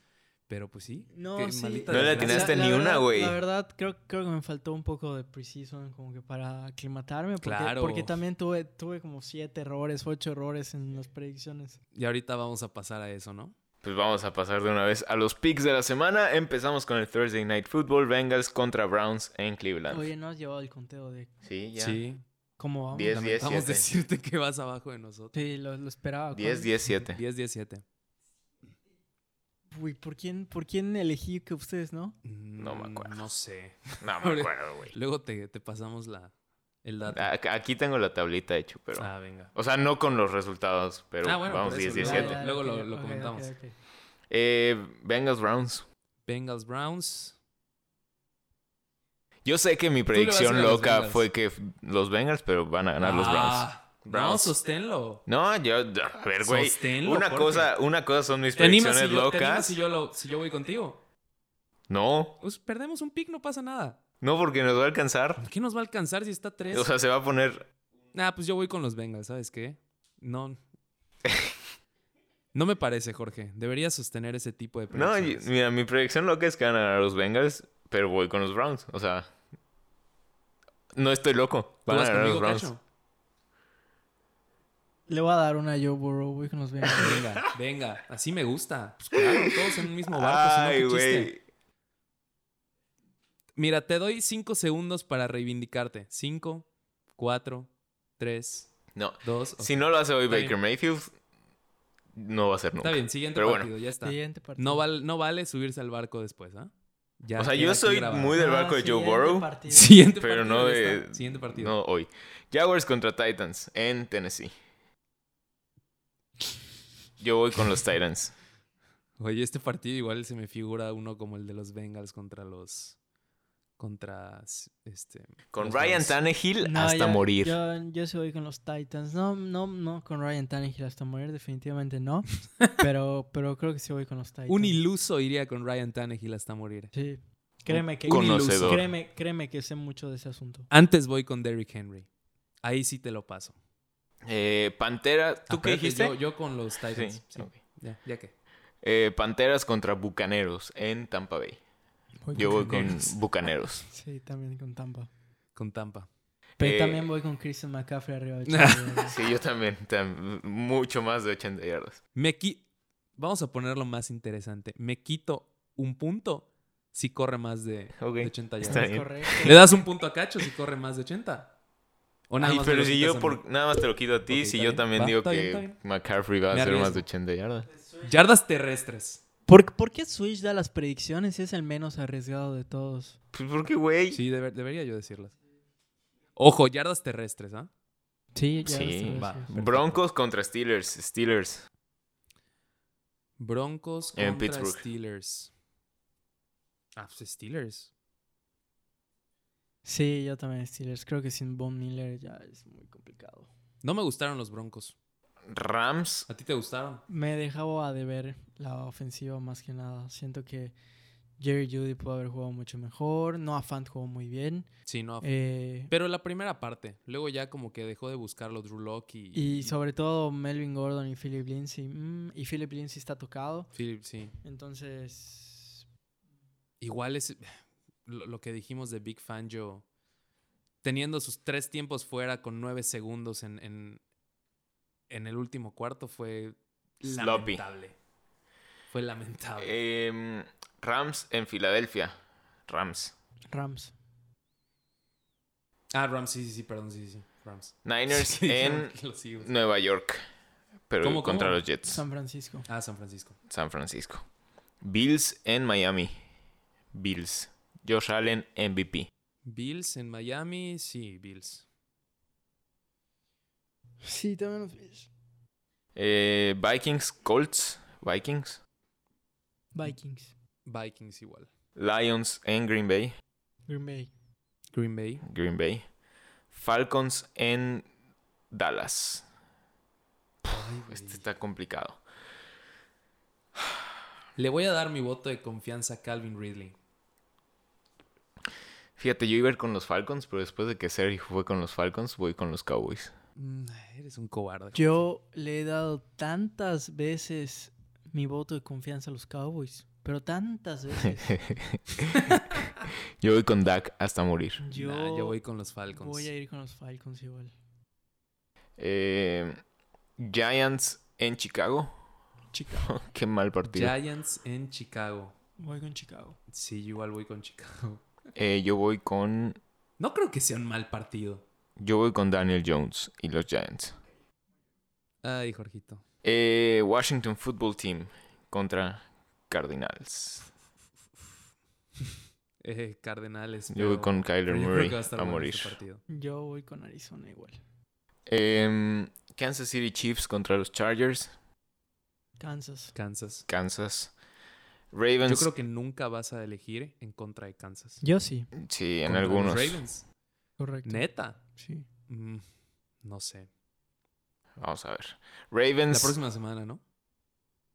Speaker 1: Pero pues sí.
Speaker 4: No,
Speaker 1: qué
Speaker 4: sí.
Speaker 1: maldita
Speaker 3: No le
Speaker 1: desgracia.
Speaker 3: atinaste ni
Speaker 4: verdad-
Speaker 3: una, güey.
Speaker 4: La verdad, creo, creo que me faltó un poco de precision como que para aclimatarme. Porque,
Speaker 1: Claro.
Speaker 4: Porque también tuve, tuve como siete errores, ocho errores en las predicciones.
Speaker 1: Y ahorita vamos a pasar a eso, ¿no?
Speaker 3: Pues vamos a pasar de una vez a los picks de la semana. Empezamos con el Thursday Night Football, Bengals contra Browns en Cleveland.
Speaker 4: Oye, no has llevado el conteo de
Speaker 3: Sí, ya.
Speaker 1: Sí.
Speaker 4: cómo vamos.
Speaker 3: Diez.
Speaker 1: Lamentamos
Speaker 3: 10-7.
Speaker 1: decirte que vas abajo de nosotros.
Speaker 4: Sí, lo, lo esperaba.
Speaker 3: 10, 10, 7.
Speaker 1: 10-17.
Speaker 4: Uy, ¿por quién, ¿por quién elegí que ustedes, no?
Speaker 1: No
Speaker 3: me acuerdo.
Speaker 1: Mm, No sé.
Speaker 3: No me acuerdo, güey.
Speaker 1: Luego te, te pasamos la, el dato. Ah,
Speaker 3: Ac- Aquí tengo la tablita, de hecho, pero.
Speaker 1: venga.
Speaker 3: O sea, no con los resultados, pero
Speaker 1: Ah, bueno,
Speaker 3: vamos
Speaker 1: por eso,
Speaker 3: 10,
Speaker 1: luego-
Speaker 3: 17.
Speaker 1: ya, Luego lo- lo comentamos.
Speaker 4: ok, ok.
Speaker 3: Eh, Bengals Browns.
Speaker 1: Bengals Browns.
Speaker 3: Yo sé que
Speaker 1: le
Speaker 3: mi
Speaker 1: vas a ir a
Speaker 3: predicción
Speaker 1: los
Speaker 3: loca
Speaker 1: Bengals.
Speaker 3: fue que f- los Bengals, pero van a ganar los Browns.
Speaker 1: Ah, No,
Speaker 3: Browns.
Speaker 1: sosténlo.
Speaker 3: No, yo, a ver, güey.
Speaker 1: Sosténlo,
Speaker 3: Una
Speaker 1: Jorge.
Speaker 3: cosa, una cosa son mis
Speaker 1: ¿Te animas,
Speaker 3: predicciones
Speaker 1: si yo, te animas
Speaker 3: locas.
Speaker 1: si yo, lo- si yo voy contigo?
Speaker 3: No,
Speaker 1: Pues perdemos un pick, no pasa nada.
Speaker 3: no porque nos va a alcanzar.
Speaker 1: ¿Por qué nos va a alcanzar si está 3?
Speaker 3: O sea, se va a poner.
Speaker 1: nah, pues yo voy con los Bengals, ¿sabes qué?
Speaker 3: [laughs]
Speaker 1: No. No me parece, Jorge. Deberías sostener ese tipo de
Speaker 3: No, y-
Speaker 1: predicciones.
Speaker 3: mira, mi predicción loca es que van a ganar los Bengals, pero voy con los Browns. O sea, No estoy loco. Van a
Speaker 1: vas
Speaker 3: ganar los
Speaker 1: conmigo,
Speaker 3: Browns.
Speaker 1: Cacho?
Speaker 4: Le voy a dar una a Joe Burrow, güey, con los Bengals.
Speaker 1: Venga, venga, así me gusta. Pues claro, todos en un mismo barco, si no,
Speaker 3: Ay,
Speaker 1: qué chiste.
Speaker 3: güey.
Speaker 1: Mira, te doy cinco segundos para reivindicarte. Cinco, cuatro, tres,
Speaker 3: No.
Speaker 1: dos. ok.
Speaker 3: Si no lo hace hoy
Speaker 1: Está
Speaker 3: Baker
Speaker 1: bien.
Speaker 3: Mayfield, no va a ser nunca.
Speaker 1: Está bien, siguiente
Speaker 3: Pero bueno.
Speaker 1: partido, ya está.
Speaker 4: Siguiente partido.
Speaker 1: No, val- no vale subirse al barco después, ¿ah? Ya
Speaker 3: O sea,
Speaker 1: queda
Speaker 3: yo
Speaker 1: aquí
Speaker 3: soy
Speaker 1: grabado.
Speaker 3: muy del barco de Joe
Speaker 4: siguiente
Speaker 3: Burrow.
Speaker 1: [laughs]
Speaker 4: partido.
Speaker 1: Siguiente
Speaker 3: Pero
Speaker 1: partido.
Speaker 3: no
Speaker 1: ya
Speaker 3: de.
Speaker 1: está. Siguiente partido.
Speaker 3: No hoy. Jaguars contra Titans en Tennessee. Yo voy con los Titans.
Speaker 1: Oye, este partido igual se me figura uno como el de los Bengals contra los. Contra. Este,
Speaker 3: Con
Speaker 1: los
Speaker 3: Ryan
Speaker 1: Browns.
Speaker 3: Tannehill [laughs]
Speaker 4: No,
Speaker 3: hasta
Speaker 4: yo-
Speaker 3: morir.
Speaker 4: Yo, yo sí voy con los Titans. No, no, no, con Ryan Tannehill hasta morir,
Speaker 3: [laughs]
Speaker 4: definitivamente no. pero, pero creo que sí voy con los Titans.
Speaker 1: Un iluso iría con Ryan Tannehill hasta morir.
Speaker 4: Sí. Créeme que,
Speaker 1: Un
Speaker 3: Conocedor.
Speaker 1: iluso.
Speaker 4: créeme, créeme que sé mucho de ese asunto.
Speaker 1: Antes voy con Derrick Henry. Ahí sí te lo paso.
Speaker 3: Eh, Pantera. ¿Tú qué
Speaker 1: Espérate,
Speaker 3: dijiste?
Speaker 1: Yo, yo con los Titans.
Speaker 3: Sí,
Speaker 1: sí.
Speaker 3: ok.
Speaker 1: Ya, ya que.
Speaker 3: Eh, Panteras contra Bucaneros en Tampa Bay. Yo voy con
Speaker 1: Bucaneros.
Speaker 3: Bucaneros.
Speaker 4: Sí, también con Tampa.
Speaker 1: Con Tampa.
Speaker 4: Pero
Speaker 3: Eh,
Speaker 4: también voy con Christian McCaffrey
Speaker 3: [laughs]
Speaker 4: arriba de Chicago, güey.
Speaker 3: Sí, yo también. tam- mucho más de 80 yardas.
Speaker 1: Me qui- Vamos a ponerlo más interesante. Me quito un punto si corre más de
Speaker 3: Ok,
Speaker 1: 80
Speaker 3: está
Speaker 1: yardas.
Speaker 4: Es
Speaker 3: bien.
Speaker 4: correcto.
Speaker 1: ¿Le das un punto a Cacho si corre más de 80? ¿O
Speaker 3: Ay,
Speaker 1: más me
Speaker 3: pero
Speaker 1: lo
Speaker 3: si
Speaker 1: quitas
Speaker 3: yo
Speaker 1: a mí?
Speaker 3: por, nada más te lo quito a ti,
Speaker 1: Ok, está
Speaker 3: si yo
Speaker 1: bien.
Speaker 3: también
Speaker 1: Va,
Speaker 3: digo
Speaker 1: está bien,
Speaker 3: que
Speaker 1: está bien.
Speaker 3: McCaffrey va a
Speaker 1: Me
Speaker 3: hacer más
Speaker 1: arriesgo.
Speaker 3: de 80 yardas.
Speaker 1: Yardas terrestres.
Speaker 4: ¿Por, por qué Switch da las predicciones si es el menos arriesgado de todos?
Speaker 3: Pues porque, güey.
Speaker 1: Sí, debe- debería yo decirlas. Ojo, yardas terrestres, ¿ah?
Speaker 4: Sí, ya
Speaker 3: Sí,
Speaker 4: está,
Speaker 1: va.
Speaker 4: gracias.
Speaker 3: Broncos contra Steelers. Steelers.
Speaker 1: Broncos
Speaker 3: En
Speaker 1: contra
Speaker 3: Pittsburgh.
Speaker 1: Steelers. Ah, pues Steelers.
Speaker 4: Sí, yo también Steelers. Creo que sin Von Miller ya es muy complicado.
Speaker 1: No me gustaron los Broncos.
Speaker 3: Rams.
Speaker 1: ¿A ti te gustaron?
Speaker 4: Me dejaba a deber la ofensiva más que nada. Siento que Jerry Judy pudo haber jugado mucho mejor. Noah Fant jugó muy bien.
Speaker 1: Sí, no.
Speaker 4: Eh,
Speaker 1: Pero la primera parte. Luego ya como que dejó de buscarlo Drew Lock y...
Speaker 4: y sobre todo Melvin Gordon y Philip Lindsay. Mm, y Philip Lindsay está tocado.
Speaker 1: Philip, sí.
Speaker 4: Entonces,
Speaker 1: Igual es [sighs] lo, lo que dijimos de Big Fangio, teniendo sus tres tiempos fuera con nueve segundos en, en, en el último cuarto fue
Speaker 3: Sloppy.
Speaker 1: lamentable. Fue lamentable.
Speaker 3: em, Rams en Filadelfia. Rams.
Speaker 4: Rams.
Speaker 1: ah, Rams, sí, sí, sí, perdón, sí, sí, Rams. [laughs]
Speaker 3: Niners
Speaker 1: Sí, dijeron
Speaker 3: en
Speaker 1: que los Eagles.
Speaker 3: Nueva York. Pero
Speaker 1: ¿Cómo,
Speaker 3: contra
Speaker 1: cómo?
Speaker 3: los Jets.
Speaker 4: San Francisco.
Speaker 1: Ah, San Francisco.
Speaker 3: San Francisco. Bills en Miami. Bills. Josh Allen, MVP.
Speaker 1: Bills en Miami, sí, Bills.
Speaker 4: Sí, también los Bills.
Speaker 3: Eh, Vikings, Colts. Vikings.
Speaker 4: Vikings.
Speaker 1: Vikings igual.
Speaker 3: Lions en Green Bay.
Speaker 4: Green Bay.
Speaker 1: Green Bay.
Speaker 3: Green Bay. Falcons en Dallas.
Speaker 1: Ay, güey.
Speaker 3: Este está complicado.
Speaker 1: Le voy a dar mi voto de confianza a Calvin Ridley.
Speaker 3: Fíjate, yo iba a ir con los Falcons, pero después de que Sergio fue con los Falcons, voy con los Cowboys.
Speaker 1: Mm, eres un cobarde.
Speaker 4: Yo le he dado tantas veces mi voto de confianza a los Cowboys. Pero
Speaker 1: [laughs]
Speaker 4: tantas veces.
Speaker 3: [laughs] yo voy con Dak hasta morir.
Speaker 4: Yo,
Speaker 1: Nah, yo voy con los Falcons.
Speaker 4: voy a ir con los Falcons igual.
Speaker 3: Eh, Giants en Chicago. [laughs] Chicago. Qué mal partido.
Speaker 1: Giants en Chicago.
Speaker 4: Voy con Chicago.
Speaker 1: Sí, yo igual voy con Chicago. [laughs]
Speaker 3: Eh, yo voy con.
Speaker 1: No creo que sea un mal partido.
Speaker 3: Yo voy con Daniel Jones y los Giants.
Speaker 1: Ay, Jorgito.
Speaker 3: Eh, Washington Football Team contra Cardinals.
Speaker 1: [laughs] Eh, Cardenales.
Speaker 3: Yo voy
Speaker 1: pero
Speaker 3: con
Speaker 1: yo
Speaker 3: Kyler
Speaker 1: creo
Speaker 3: Murray
Speaker 1: que va a estar
Speaker 3: a
Speaker 1: bueno
Speaker 3: morir.
Speaker 1: este partido.
Speaker 4: Yo voy con Arizona igual.
Speaker 3: Em, Kansas City Chiefs contra los Chargers.
Speaker 4: Kansas.
Speaker 1: Kansas.
Speaker 3: Kansas.
Speaker 1: Yo
Speaker 3: Ravens.
Speaker 1: creo que nunca vas a elegir en contra de Kansas.
Speaker 4: Yo sí,
Speaker 3: Sí, en
Speaker 1: Contra los
Speaker 3: algunos.
Speaker 1: Ravens.
Speaker 4: correcto.
Speaker 1: Neta.
Speaker 4: Sí.
Speaker 1: Mm, no sé.
Speaker 3: Vamos a ver.
Speaker 1: La
Speaker 3: Ravens.
Speaker 1: próxima semana, ¿no?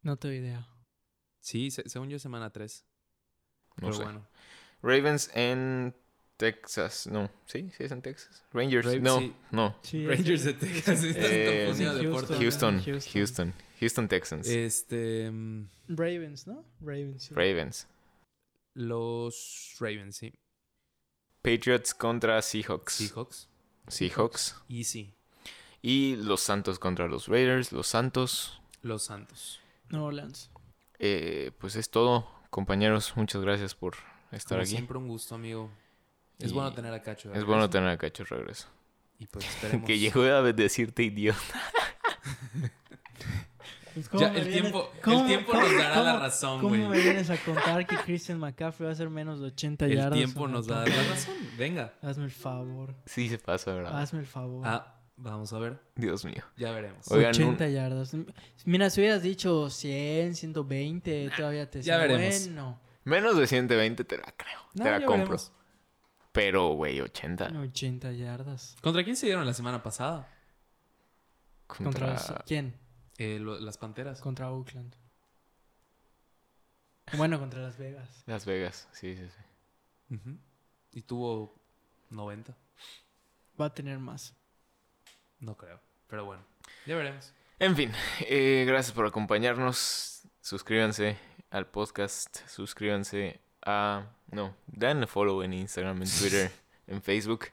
Speaker 4: No tengo idea.
Speaker 1: Sí, se- según yo, semana 3.
Speaker 3: No
Speaker 1: pero
Speaker 3: sé.
Speaker 1: bueno.
Speaker 3: Ravens en Texas. No, sí, sí es en Texas. Rangers.
Speaker 1: Ra-
Speaker 3: no,
Speaker 1: sí.
Speaker 3: no.
Speaker 4: Sí,
Speaker 1: Rangers de
Speaker 4: es-
Speaker 1: Texas. [laughs]
Speaker 4: es-
Speaker 1: Estás
Speaker 3: Eh,
Speaker 1: confundido de
Speaker 4: Houston.
Speaker 1: deporte.
Speaker 3: Houston,
Speaker 4: Houston.
Speaker 3: Houston. Houston. Texans.
Speaker 1: Este. mm,
Speaker 4: Ravens, ¿no? Ravens. sí.
Speaker 3: Ravens.
Speaker 1: Los Ravens, sí.
Speaker 3: Patriots contra Seahawks.
Speaker 1: Seahawks.
Speaker 3: Seahawks.
Speaker 1: Easy.
Speaker 3: Y los Santos contra los Raiders. Los Santos.
Speaker 1: Los Santos.
Speaker 4: New Orleans.
Speaker 3: Eh, pues es todo, compañeros. Muchas gracias por estar
Speaker 1: Como
Speaker 3: aquí.
Speaker 1: siempre un gusto, amigo. Es
Speaker 3: Y-
Speaker 1: bueno tener a Cacho. de
Speaker 3: Es bueno
Speaker 1: regreso.
Speaker 3: tener a Cacho de regreso.
Speaker 1: Y
Speaker 3: [laughs]
Speaker 1: pues esperemos.
Speaker 3: Que llegó a decirte idiota. [laughs]
Speaker 4: Pues,
Speaker 1: Ya,
Speaker 4: me
Speaker 1: el
Speaker 4: vienes-
Speaker 1: tiempo- el
Speaker 4: cómo-
Speaker 1: tiempo
Speaker 4: cómo-
Speaker 1: nos dará la
Speaker 4: cómo-
Speaker 1: razón,
Speaker 4: ¿Cómo
Speaker 1: güey.
Speaker 4: me vienes a contar que Christian McCaffrey va a hacer menos de 80
Speaker 1: El
Speaker 4: yardas?
Speaker 1: tiempo
Speaker 4: en
Speaker 1: nos
Speaker 4: el
Speaker 1: da
Speaker 4: partido?
Speaker 1: la razón. Venga.
Speaker 4: Hazme el favor.
Speaker 3: Sí se pasa, ¿verdad?
Speaker 4: Hazme el favor.
Speaker 1: Ah, vamos a ver.
Speaker 3: Dios mío.
Speaker 1: Ya veremos.
Speaker 3: Oigan,
Speaker 4: 80 yardas. Mira, si hubieras dicho 100, 120, todavía te
Speaker 1: ya
Speaker 4: decía,
Speaker 1: veremos.
Speaker 4: Bueno,
Speaker 3: Menos de 120 te la creo.
Speaker 1: No,
Speaker 3: te la
Speaker 1: ya
Speaker 3: compro.
Speaker 1: veremos.
Speaker 3: Pero, güey, 80.
Speaker 1: Ah.
Speaker 4: 80 yardas.
Speaker 1: ¿Contra quién se dieron la semana pasada?
Speaker 4: ¿Contra,
Speaker 3: Contra...
Speaker 4: quién?
Speaker 1: Eh, lo- las Panteras.
Speaker 4: Contra Oakland. Bueno, contra Las Vegas.
Speaker 3: Las Vegas. Sí, sí, sí.
Speaker 1: Ujú. Y tuvo 90.
Speaker 4: Va a tener más.
Speaker 1: No creo. Pero bueno. Ya veremos.
Speaker 3: En fin, eh, gracias por acompañarnos. Suscríbanse al podcast. Suscríbanse a. No, danle follow en Instagram, en Twitter, en Facebook.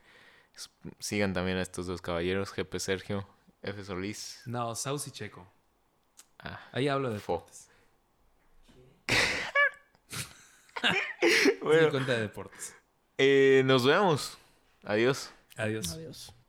Speaker 3: S- Sigan también a estos dos caballeros, GP Sergio, F Solís.
Speaker 1: No, Saucy Checo.
Speaker 3: Ah.
Speaker 1: Ahí hablo de
Speaker 3: Fo.
Speaker 1: deportes. Es mi
Speaker 3: Bueno,
Speaker 1: cuenta de deportes.
Speaker 3: eh, nos vemos. Adiós.
Speaker 1: Adiós.
Speaker 4: Adiós.